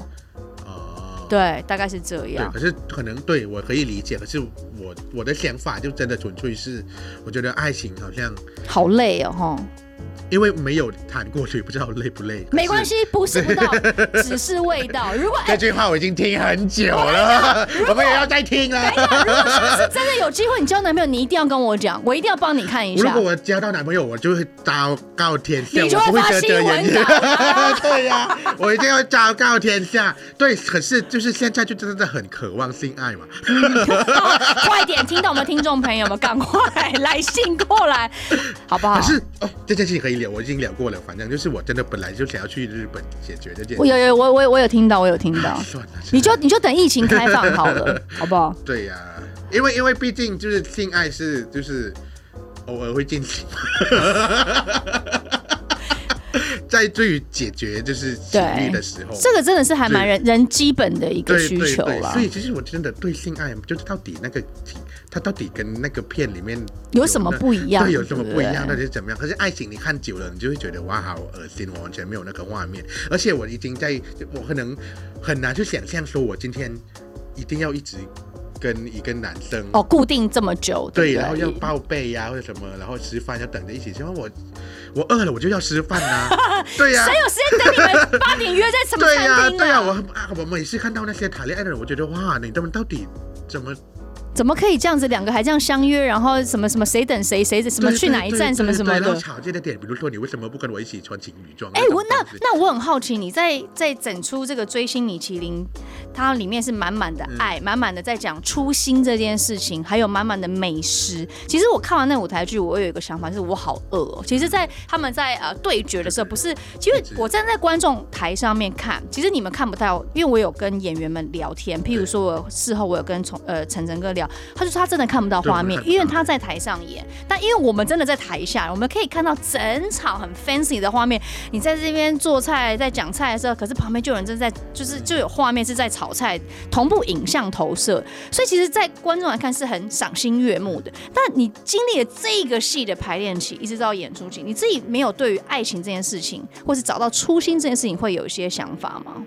S4: 哦，
S1: 对，大概是这
S4: 对，
S1: 样。
S4: 可是可能对我可以理解，可是我我的想法就真的纯粹是，我觉得爱情好像
S1: 好累哦，吼。
S4: 因为没有谈过，所以不知道累不累。
S1: 没关
S4: 系，
S1: 系，不是不到，只是味 道。如果
S4: 这
S1: 哎，
S4: 句话我已经听很久 了，我们也要再听了。
S1: 是真的有机会你交男朋友，你一定要跟我讲，我一定要帮你看一
S4: 如
S1: 下
S4: 果。我交到男朋友，我就会昭告天下，
S1: 你就
S4: 我
S1: 会
S4: 不会
S1: 发
S4: 遮遮
S1: 新
S4: 掩
S1: 闻
S4: 掩
S1: 稿。
S4: 对呀、我一定要昭告天下。对，可是就是现在就真的很渴望性爱嘛。
S1: 哦快点，听到我们听众朋友们，赶快来信过来，好不好
S4: 可？是哦，这件事情可以聊，我已经聊过了。反正就是我真的本来就想要去日本解决这件
S1: 我
S4: 事。
S1: 有有我我我有听到，我有听到
S4: 啊。算了，
S1: 你就你就等疫情开放好了，好不好？
S4: 对呀、因为因为毕竟就是性爱是就是偶尔会进 行，在对于解决就是情欲的时候，
S1: 这个真的是还蛮人人基本的一个
S4: 对
S1: 需
S4: 对
S1: 求
S4: 对，
S1: 啦
S4: 所。以其实我真的对性爱就是到底那个情它到底跟那个片里面
S1: 有什么
S4: 那
S1: 不一样
S4: 对，有什么
S1: 对
S4: 不
S1: 不
S4: 一
S1: 对
S4: 样？到底是怎么样？可是爱情你看久了，你就会觉得哇，好恶心，我完全没有那个画面，而且我已经在，我可能很难去想象说，我今天一定要一直跟一个男生
S1: 哦，固定这么久，
S4: 对，
S1: 不
S4: 然后要报备呀、或者什么，然后吃饭要等着一起吃。因为我我饿了，我就要吃饭呐、 对呀、
S1: 谁有时间等你们八点约在什么
S4: 啊对呀、
S1: 餐厅
S4: 对呀、我
S1: 啊？
S4: 啊，我每次看到那些谈恋爱的人，我觉得哇，你他们到底怎么
S1: 怎么可以这样子？两个还这样相约，然后什么什么谁等谁，谁什么
S4: 对
S1: 去
S4: 对
S1: 哪一
S4: 对
S1: 站，
S4: 对
S1: 什么什么
S4: 对然后
S1: 的。
S4: 吵架的点，比如说你为什么不跟我一起穿情侣装？
S1: 哎，我那
S4: 种东西
S1: 那我很好奇，你在在整出这个《追星米其林》，它里面是满满的
S4: 嗯
S1: 爱，满满的在讲初心这件事情，还有满满的美食。其实我看完那舞台剧，我有一个想法，就是我好饿哦。其实在，他们在呃对决的时候，不是，其实我站在观众台上面看，其实你们看不到，因为我有跟演员们聊天，譬如说我事后我有跟从呃晨晨哥聊，他就说他真的看不到
S4: 对
S1: 画
S4: 我
S1: 面
S4: 看，不
S1: 因为
S4: 到
S1: 他在台上演，但因为我们真的在台下，我们可以看到整场很 fancy 的画面。你在这边做菜，在讲菜的时候，可是旁边就有人正在，就是就有画面是在炒菜，同步影像投射，所以其实，在观众来看是很赏心悦目的。但你经历了这个戏的排练期，一直到演出期，你自己没有对于爱情这件事情，或是找到初心这件事情，会有一些想法吗？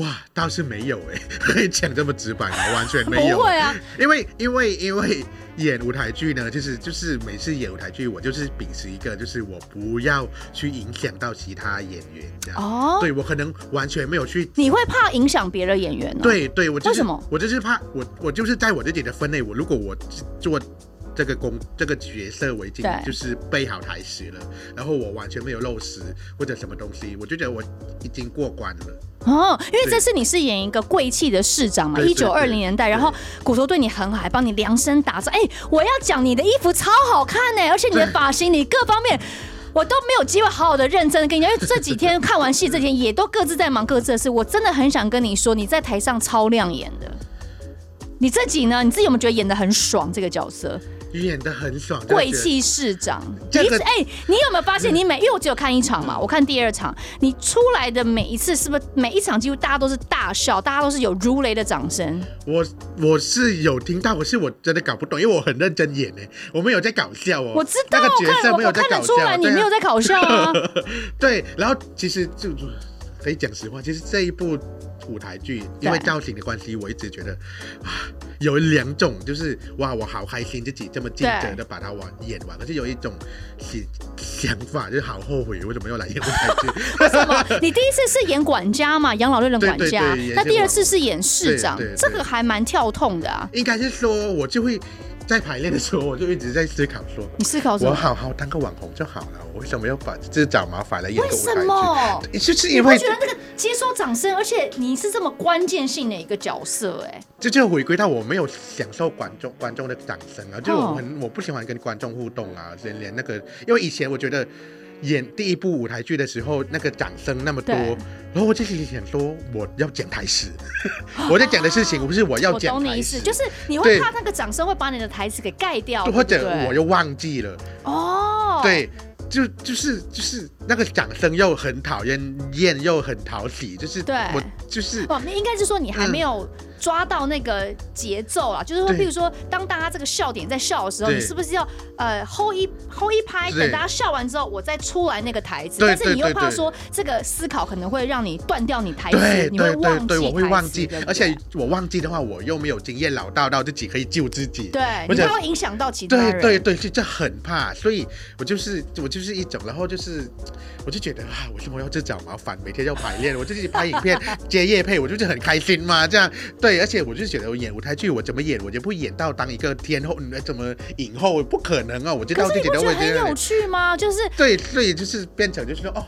S4: 哇，倒是没有哎、欸， 讲这么直白吗？完全没有。
S1: 不会啊，
S4: 因为因为因为演舞台剧呢，就是就是每次演舞台剧，我就是秉持一个，就是我不要去影响到其他演员这样。
S1: 哦
S4: 对我可能完全没有去。
S1: 你会怕影响别的演员呢、，
S4: 对对，我、就是、
S1: 为什么？
S4: 我就是怕我我就是在我自己的分内，我如果我做这个工这个角色，我已经
S1: 对
S4: 就是背好台词了，然后我完全没有漏食或者什么东西，我就觉得我已经过关了。
S1: 哦，因为
S4: 对
S1: 这次你是演一个贵气的市长嘛，
S4: 对
S1: 一
S4: 对
S1: 九二
S4: 对
S1: 零年代，然后骨头对你很好，还帮你量身打造。哎、我要讲你的衣服超好看呢、而且你的
S4: 对
S1: 发型，你各方面。我都没有机会好好的认真的跟你讲，因为这几天看完戏，这几天也都各自在忙各自的事。我真的很想跟你说，你在台上超亮眼的。你自己呢？你自己有没有觉得演的很爽这个角色？
S4: 演的很爽，就
S1: 贵
S4: 觉得
S1: 气市长，你
S4: 这
S1: 一
S4: 个嗯
S1: 直哎、你有没有发现你每？因为我只有看一场嘛，我看第二场，你出来的每一次是不是每一场几乎大家都是大笑，大家都是有如雷的掌声？
S4: 我我是有听到，可是我真的搞不懂，因为我很认真演呢、欸我没有在搞笑哦。
S1: 我知道，
S4: 那个角
S1: 我看
S4: 色没
S1: 我
S4: 有在
S1: 看
S4: 搞
S1: 得出来
S4: 笑，啊
S1: 你没有在搞 笑啊。
S4: 对,、 对，然后其实就可以讲实话，其实这一部舞台剧因为
S1: 对
S4: 造型的关系，我一直觉得啊，有两种就是哇，我好开心自己这么尽责的把它完演完，可是有一种想想法就是好后悔，为什么要来演舞台 剧？
S1: 为什么？你第一次是演管家嘛，养老院的管
S4: 对对
S1: 家
S4: 对，演
S1: 那
S4: 这
S1: 第二
S4: 个
S1: 次是演市长
S4: 对对，对
S1: 这个还蛮跳痛的啊。
S4: 应该是说，我就会在排练的时候，我就一直在思考说，
S1: 你思考什
S4: 我
S1: 么？
S4: 好好当个网红就好了，我为什么要把自找麻烦来演
S1: 为
S4: 个舞
S1: 什
S4: 台剧？
S1: 么？
S4: 就是
S1: 你
S4: 因
S1: 不
S4: 为
S1: 觉得这个接收掌声，而且你是这么关键性的一个角色、哎。
S4: 这就回归到我没有享受观众观众的掌声啊，就
S1: 哦
S4: 我很、我不喜欢跟观众互动啊，连连那个，因为以前我觉得演第一部舞台剧的时候，那个掌声那么多
S1: 对，
S4: 然后我就心里想说，我要讲台词， 我在讲的事情不是我要
S1: 我
S4: 讲
S1: 懂你
S4: 台
S1: 意
S4: 词，
S1: 思，就是你会
S4: 对
S1: 怕那个掌声会把你的台词给盖掉，
S4: 或
S1: 对
S4: 者
S1: 不对
S4: 我又忘记了。
S1: 哦，，
S4: 对，就就是就是那个掌声又很讨厌厌又很讨喜，就是
S1: 对
S4: 我就是
S1: 哦，那应该是说你还没有抓到那个节奏啦，就是说，
S4: 嗯对
S1: 譬如说，当大家这个笑点在笑的时候，
S4: 对
S1: 你是不是要呃 hold 一 hold 一拍，
S4: 对
S1: 等大家笑完之后，我再出来那个台词，
S4: 对
S1: 但是
S4: 对
S1: 你又
S4: 对
S1: 怕
S4: 对
S1: 说这个思考可能会让你断掉你台词
S4: 对，
S1: 你会
S4: 对
S1: 忘
S4: 对
S1: 记
S4: 对，我会忘
S1: 台词
S4: 记
S1: 对不，对
S4: 而且我忘记的话，我又没有经验老道到自己可以救自己，
S1: 对，
S4: 或
S1: 你
S4: 者
S1: 怕会影响到其他
S4: 对
S1: 人，
S4: 对对，就这很怕，所以我就是我就是一种，然后就是我就觉得啊，为什么要这找麻烦？每天要排练，我自己拍影 片接夜配，我就是很开心嘛，这样对，而且我就觉得我演舞台剧，我怎么演，我就不演到当一个天后，嗯怎么影后不可能啊，我知道
S1: 可
S4: 自
S1: 是你
S4: 己
S1: 不
S4: 的
S1: 觉得
S4: 问题
S1: 很
S4: 在哪
S1: 有
S4: 里。
S1: 趣吗？就是
S4: 对，所以就是变成就是说哦，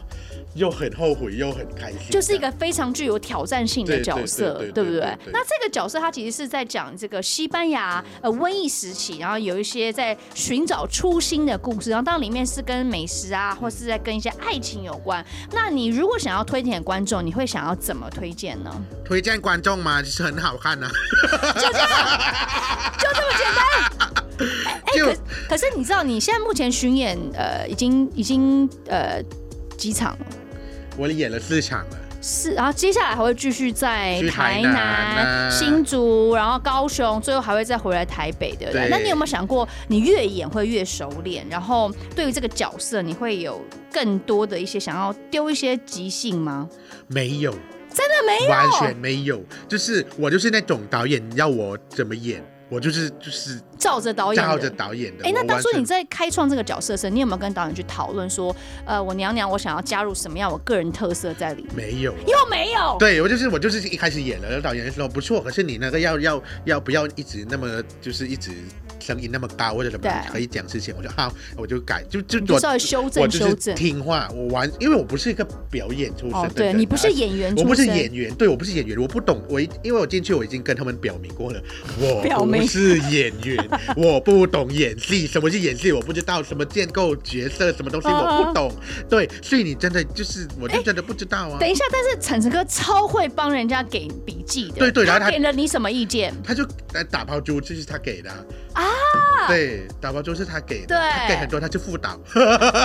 S4: 又很后悔又很开心，
S1: 就是一个非常具有挑战性的
S4: 对
S1: 角
S4: 对
S1: 色
S4: 对，对
S1: 对不
S4: 对
S1: 对
S4: 对？对
S1: 那这个角色他其实是在讲这个西班牙呃瘟疫时期，然后有一些在寻找初心的故事，然后当然里面是跟美食
S4: 嗯
S1: 啊，或是在跟一些爱情有关。那你如果想要推荐给观众，你会想要怎么推荐呢？
S4: 推荐观众嘛，就是很好看啊。
S1: 就这么简单。哎、
S4: 就
S1: 可可是你知道，你现在目前巡演呃已经已经呃几场了？
S4: 我演了四场了，
S1: 是，然后接下来还会继续在
S4: 去
S1: 台
S4: 台
S1: 南、
S4: 南啊
S1: 新竹，然后高雄，最后还会再回来台北，对不对？
S4: 对
S1: 那你有没有想过，你越演会越熟练，然后对于这个角色，你会有更多的一些想要丢一些即兴吗？
S4: 没有，
S1: 真的没有，
S4: 完全没有，就是我就是那种导演要我怎么演，我就是就是
S1: 照着导演的
S4: 照着导演的。
S1: 哎、那
S4: 我
S1: 当
S4: 完
S1: 初
S4: 全
S1: 你在开创这个角色的时候，你有没有跟导演去讨论说，呃，我娘娘，我想要加入什么样我个人特色在里面？
S4: 没有啊。
S1: 又没有，
S4: 对我就是我就是一开始演了，然后导演就说不错，可是你那个要要要不要一直那么就是一直声音那么高或者什么
S1: 对
S4: 可以讲事情，我就好，我就改，就就
S1: 你就
S4: 我
S1: 稍微修
S4: 我
S1: 正
S4: 就
S1: 修
S4: 是
S1: 正。
S4: 听话，我完，因为我不是一个表演出身的
S1: 哦
S4: 人，，
S1: 对你不是
S4: 而
S1: 演员出
S4: 我
S1: 身，
S4: 不是演员，对我不是演员，我不懂。我一因为我进去，我已经跟他们表明过了，我
S1: 表明
S4: 不是演员，我不懂演戏，什么是演戏，我不知道什么建构角色，什么东西
S1: 啊
S4: 我不懂。对，所以你真的就是，我就真的不知道啊。
S1: 哎等一下，但是晨晨哥超会帮人家给笔记的，
S4: 对对然后
S1: 他
S4: 他
S1: 给了你什么意见？
S4: 他就来打包猪，就是他给的啊
S1: 啊。
S4: 对，打包猪是他给的，
S1: 对
S4: 他给很多，他是副导，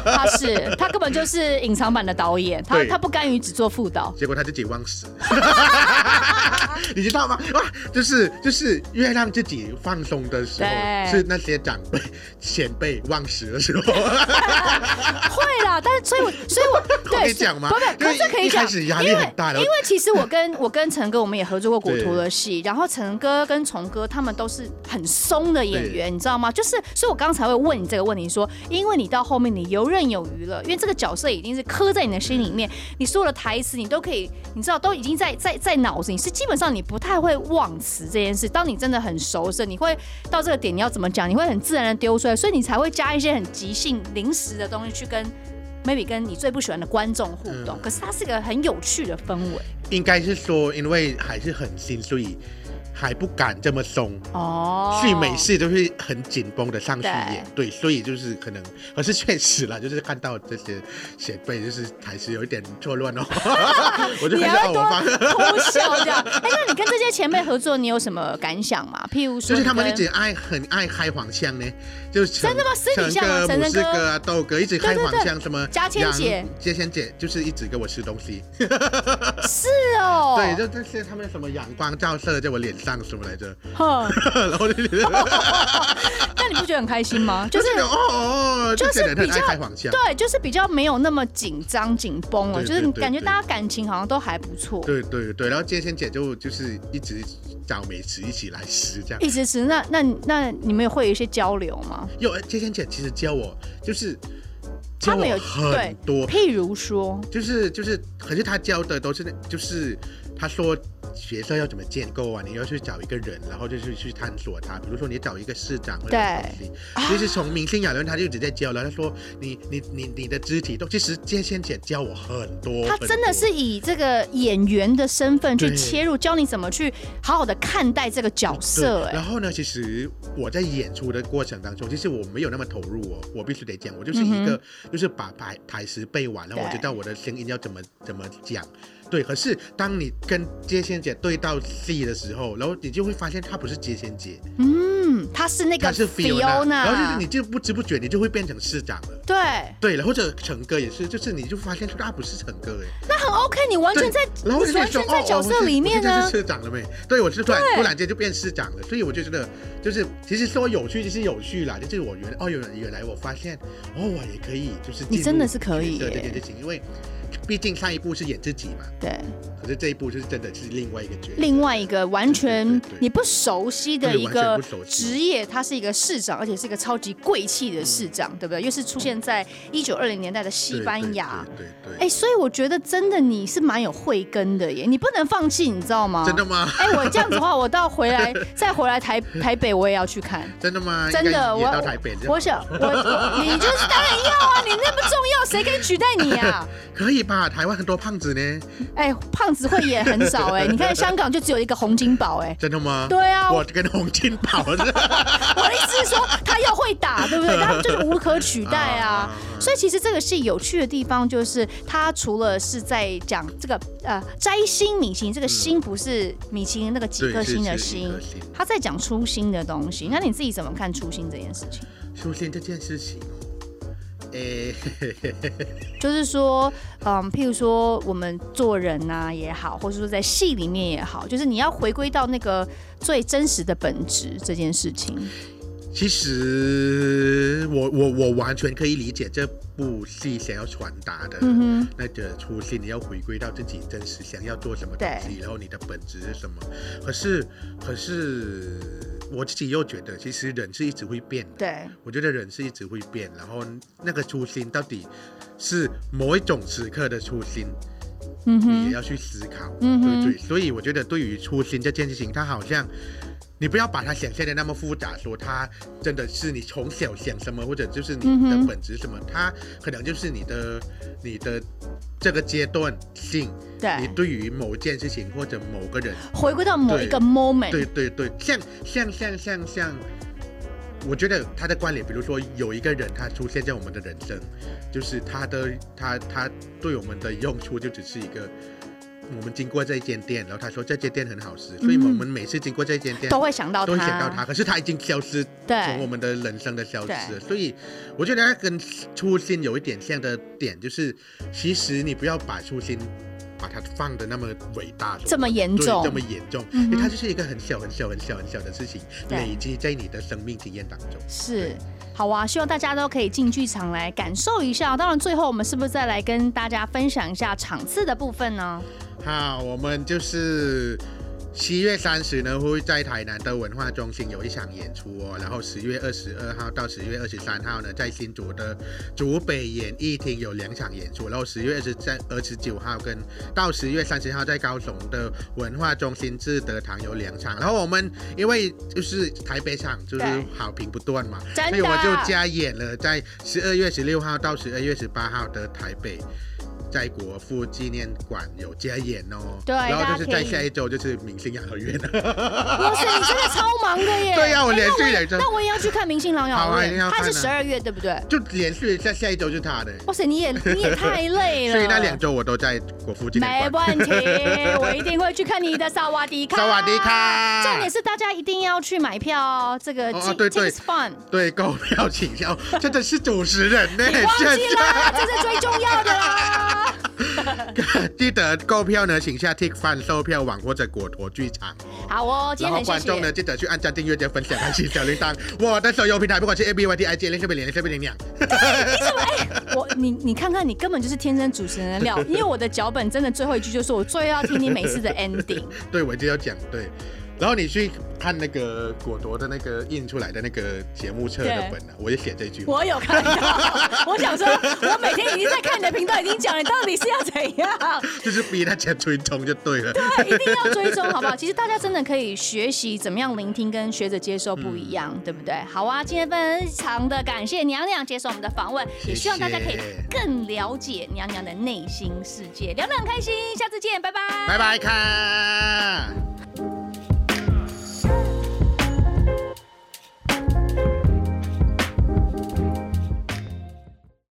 S1: 他 是他根本就是隐藏版的导演，他
S4: 对
S1: 他不甘于只做副导。
S4: 结果他自己忘死。 你知道吗？哇，就是就是越让自己放松的时候，
S1: 对
S4: 是那些长辈前辈忘食的时候。
S1: 会啦，但是所以我，所以我对
S4: 可以讲吗
S1: 不不，
S4: 因
S1: 可
S4: 为
S1: 是可以
S4: 一
S1: 讲，
S4: 开始压力很大
S1: 因
S4: 的
S1: 为因为其实我跟我跟陈哥我们也合作过国图的戏，然后陈哥跟崇哥他们都是很松的演员，你知道吗？就是，所以我刚才会问你这个问题说因为你到后面你游刃有余了，因为这个角色已经是刻在你的心里
S4: 嗯
S1: 面，你所有的台词你都可以，你知道都已经在在在脑子里，是基本上你不太会忘词这件事。当你真的很熟识，你会到这个点你要怎么讲，你会很自然的丢出来，所以你才会加一些很即兴临时的东西去跟 maybe 跟你最不喜欢的观众互动。
S4: 嗯
S1: 可是它是一个很有趣的氛围
S4: 应该是说，因为还是很新，所以还不敢这么松。
S1: 哦
S4: 去美式都是很紧绷的上去
S1: 对
S4: 演，对，所以就是可能，可是确实啦，就是看到这些前辈，就是还是有一点错乱 哦。我就
S1: 你
S4: 看
S1: 还
S4: 到
S1: 会
S4: 我
S1: 多
S4: 方，
S1: 偷笑这样。哎、那你跟这些前辈合作，你有什么感想吗？譬如说，
S4: 就是他们一直爱很爱开黄腔呢，就是
S1: 真的吗私底下吗
S4: 哥、
S1: 陈
S4: 母
S1: 真
S4: 狮
S1: 哥
S4: 哥啊、豆哥一直开
S1: 对对
S4: 黄
S1: 对
S4: 腔，什么
S1: 嘉倩
S4: 杨
S1: 姐、
S4: 嘉倩姐，就是一直给我吃东西。
S1: 是哦，
S4: 对，就这些他们什么阳光照射在我脸上什么来着，
S1: 哼，
S4: 然后就觉得。
S1: 那你不觉得很开心吗？哦就是
S4: 哦哦，哦
S1: 就
S4: 这些
S1: 是
S4: 人
S1: 比
S4: 很爱
S1: 较
S4: 开黄腔。
S1: 对，就是比较没有那么紧张紧绷了，
S4: 对
S1: 就是
S4: 对
S1: 你
S4: 对
S1: 感觉
S4: 对
S1: 大家感情好像都还不错，
S4: 对对对，然后接线姐就就是一直找美食一起来吃这样。
S1: 一直是那那那你们会有一些交流吗？
S4: 有接呃线姐其实教我就是教
S1: 他们
S4: 我
S1: 有
S4: 很多，
S1: 譬如说，
S4: 就是就是，可是她教的都是那就是她说学校要怎么建构啊，你要去找一个人，然后就是去探索他，比如说你找一个市长或者
S1: 对
S4: 东西，就是从明星雅伦她就一直在教了，她说你你你你的肢体动，其实接线姐教我很多，
S1: 他
S4: 很
S1: 真的
S4: 多
S1: 是以这个演员的身份去
S4: 对
S1: 切入，教你怎么去好好的看待这个角色、
S4: 对，
S1: 哎
S4: 然，后呢，其实我在演出的过程当中，其实我没有那么投入哦，我必须得讲，我就是一个、就是把台台词背完，然后我
S1: 对
S4: 知道我的声音要怎么怎么讲。对，可是当你跟接线姐对到戏的时候，然后你就会发现她不是接线姐，
S1: 嗯，他是那
S4: 她
S1: 个
S4: 是 Fiona，然后就是
S1: Fiona，
S4: 你就不知不觉你就会变成市长了。
S1: 对，
S4: 对了，或者成哥也是，就是你就发现说他不是成哥哎，
S1: 那很 OK，你完全在，
S4: 然后我
S1: 你
S4: 就
S1: 完
S4: 说
S1: 全在
S4: 哦
S1: 角
S4: 我
S1: 色
S4: 是
S1: 里面
S4: 我现在
S1: 呢
S4: 是，市长了没？对，我是突然
S1: 对
S4: 突然间就变市长了，所以我就觉得就是其实说有趣就是有趣啦，就是我原来哦原来原来我发现哦我也可以就是
S1: 你
S4: 进
S1: 真的
S4: 入
S1: 是可以
S4: 对对
S1: 耶
S4: 对对情，因为毕竟上一部是演自己嘛，
S1: 对，
S4: 可是这一部就是真的是另外一个角色，
S1: 另外一个完全
S4: 对对对
S1: 你不熟悉的
S4: 对
S1: 一
S4: 完全
S1: 个
S4: 不熟悉
S1: 职业，他是一个市长，而且是一个超级贵气的市长，对不对？又是出现在一九二零年代的西
S4: 嗯对
S1: 班牙。，
S4: 对对对
S1: 哎、
S4: 对
S1: 所以我觉得真的你是蛮有慧根的耶，你不能放弃，你知道吗？
S4: 真的吗？
S1: 哎、我这样子的话，我到 回来再回来台台北，我也要去看。
S4: 真的吗？
S1: 真
S4: 应该
S1: 的，我
S4: 演到台北这样
S1: 我想我我 你就是当然要啊，你那么重要，谁可以取代你啊？
S4: 可以吧？台湾很多胖子呢，
S1: 哎、胖子会演很少 哎、你看香港就只有一个洪金宝哎、
S4: 真的吗？
S1: 对啊
S4: 我跟洪金宝
S1: 我的意思是说，他要会打，对 不对？他就是无可取代啊
S4: 啊。
S1: 所以其实这个戏有趣的地方就是，它除了是在讲这个呃摘星米其林，这个星不是米其林那个几
S4: 对
S1: 颗
S4: 是
S1: 星的
S4: 是几
S1: 星
S4: 颗星，
S1: 他在讲初心的东西。那你自己怎么看初心这件事情？
S4: 出现这件事情哦，诶、
S1: 就是说，嗯，譬如说我们做人呐、也好，或者说在戏里面也好，就是你要回归到那个最真实的本质这件事情。
S4: 其实我我我完全可以理解这部戏想要传达的
S1: 嗯
S4: 那个初心，你要回归到自己真实想要做什么东西，然后你的本质是什么。可是可是我自己又觉得，其实人是一直会变的。
S1: 对，
S4: 我觉得人是一直会变，然后那个初心到底是某一种时刻的初心，
S1: 嗯
S4: 你也
S1: 哼，
S4: 要去思考，
S1: 嗯
S4: 对
S1: 哼
S4: 不对？所以我觉得对于初心这件事情，它好像你不要把它想象的那么复杂，说它真的是你从小想什么，或者就是你
S1: 嗯
S4: 的
S1: 哼
S4: 本质什么，它可能就是你的你的这个阶段性，你
S1: 对，
S4: 对于某件事情或者某个人，
S1: 回归到某一
S4: 对
S1: 个 moment。
S4: 对对对，像像像像像。我觉得他的关联，比如说有一个人他出现在我们的人生，就是他的他他对我们的用处就只是一个，我们经过这一间店，然后他说这间店很好吃，所以
S1: 嗯
S4: 我们每次经过这一间店
S1: 都会想到
S4: 都会想到他，可是他已经消失，
S1: 对
S4: 从我们的人生的消失了。所以我觉得他跟初心有一点像的点，就是其实你不要把初心把它放的那么伟大，
S1: 这么严
S4: 对
S1: 重
S4: 这么严重，
S1: 嗯
S4: 因
S1: 哼
S4: 为它就是一个很小很小很小很小的事情，
S1: 对
S4: 累积在你的生命体验当中。
S1: 是。好啊，希望大家都可以进剧场来感受一下。当然，最后我们是不是再来跟大家分享一下场次的部 分呢？
S4: 好，我们就是七月三十呢会在台南的文化中心有一场演出哦，然后十月二十二号到十月二十三号呢，在新竹的竹北演艺厅有两场演出，然后十月二十三、二十九号跟到十月三十号在高雄的文化中心志德堂有两场，然后我们因为就是台北场就是
S1: 对
S4: 好评不断嘛，
S1: 真
S4: 所
S1: 的
S4: 以我就加演了在十二月十六号到十二月十八号的台北。在国父纪念馆有加演哦，
S1: 对
S4: 然
S1: 大
S4: 后
S1: 家
S4: 就是
S1: 可
S4: 在
S1: 以
S4: 下一周就是明星养和院，
S1: 哇 塞，你真的超忙的耶！
S4: 对呀、我连续
S1: 哎
S4: 两周
S1: 那我也要去看《明星琅琊
S4: 好啊一
S1: 榜
S4: 定要》，
S1: 它是
S4: 看啊
S1: 十二月对不对？
S4: 就连续下下一周就是他的，
S1: 哇塞，你也你也太累了。
S4: 所以那两周我都在国父纪
S1: 没
S4: 念馆。
S1: 问题， 我一定会去看你的萨瓦迪卡。
S4: 萨瓦迪。卡，
S1: 重点是大家一定要去买票哦，这个
S4: 哦
S1: J-
S4: 对对
S1: James Bond。
S4: 对购票请销，真的是主持人呢，
S1: 你忘
S4: 真
S1: 记啦，
S4: 的
S1: 这是最重要的啦。
S4: 记得购票呢，请下 Tik Fan 售票网或者果陀剧场。
S1: 好哦，今
S4: 然
S1: 天
S4: 后
S1: 很谢
S4: 观众呢，
S1: 谢。
S4: 记得去按赞、订阅、加分享、开启小铃铛。我的手游平台，不管是 A B Y T I G 零四零零四零两，
S1: 我你你看看，你根本就是天生主持人的 料，因为我的脚本真的最后一句就是我最要听你每 次的 ending。
S4: 对我就要讲对。然后你去看那个果陀的那个印出来的那个节目册的
S1: 对
S4: 本啊，我就写这句话。
S1: 我有看到， 我想说，我每天已经在看你的频道，已经讲了，你到底是要怎样？
S4: 就是逼大家追踪就对了。
S1: 对，啊一定要追踪，好不好？其实大家真的可以学习怎么样聆听，跟学着接受不一样，对不对？好啊，今天非常的感谢娘娘接受我们的访问，也希望大家可以更了解娘娘的内心世界，聊得很开心，下次见，拜拜，
S4: 拜拜，看。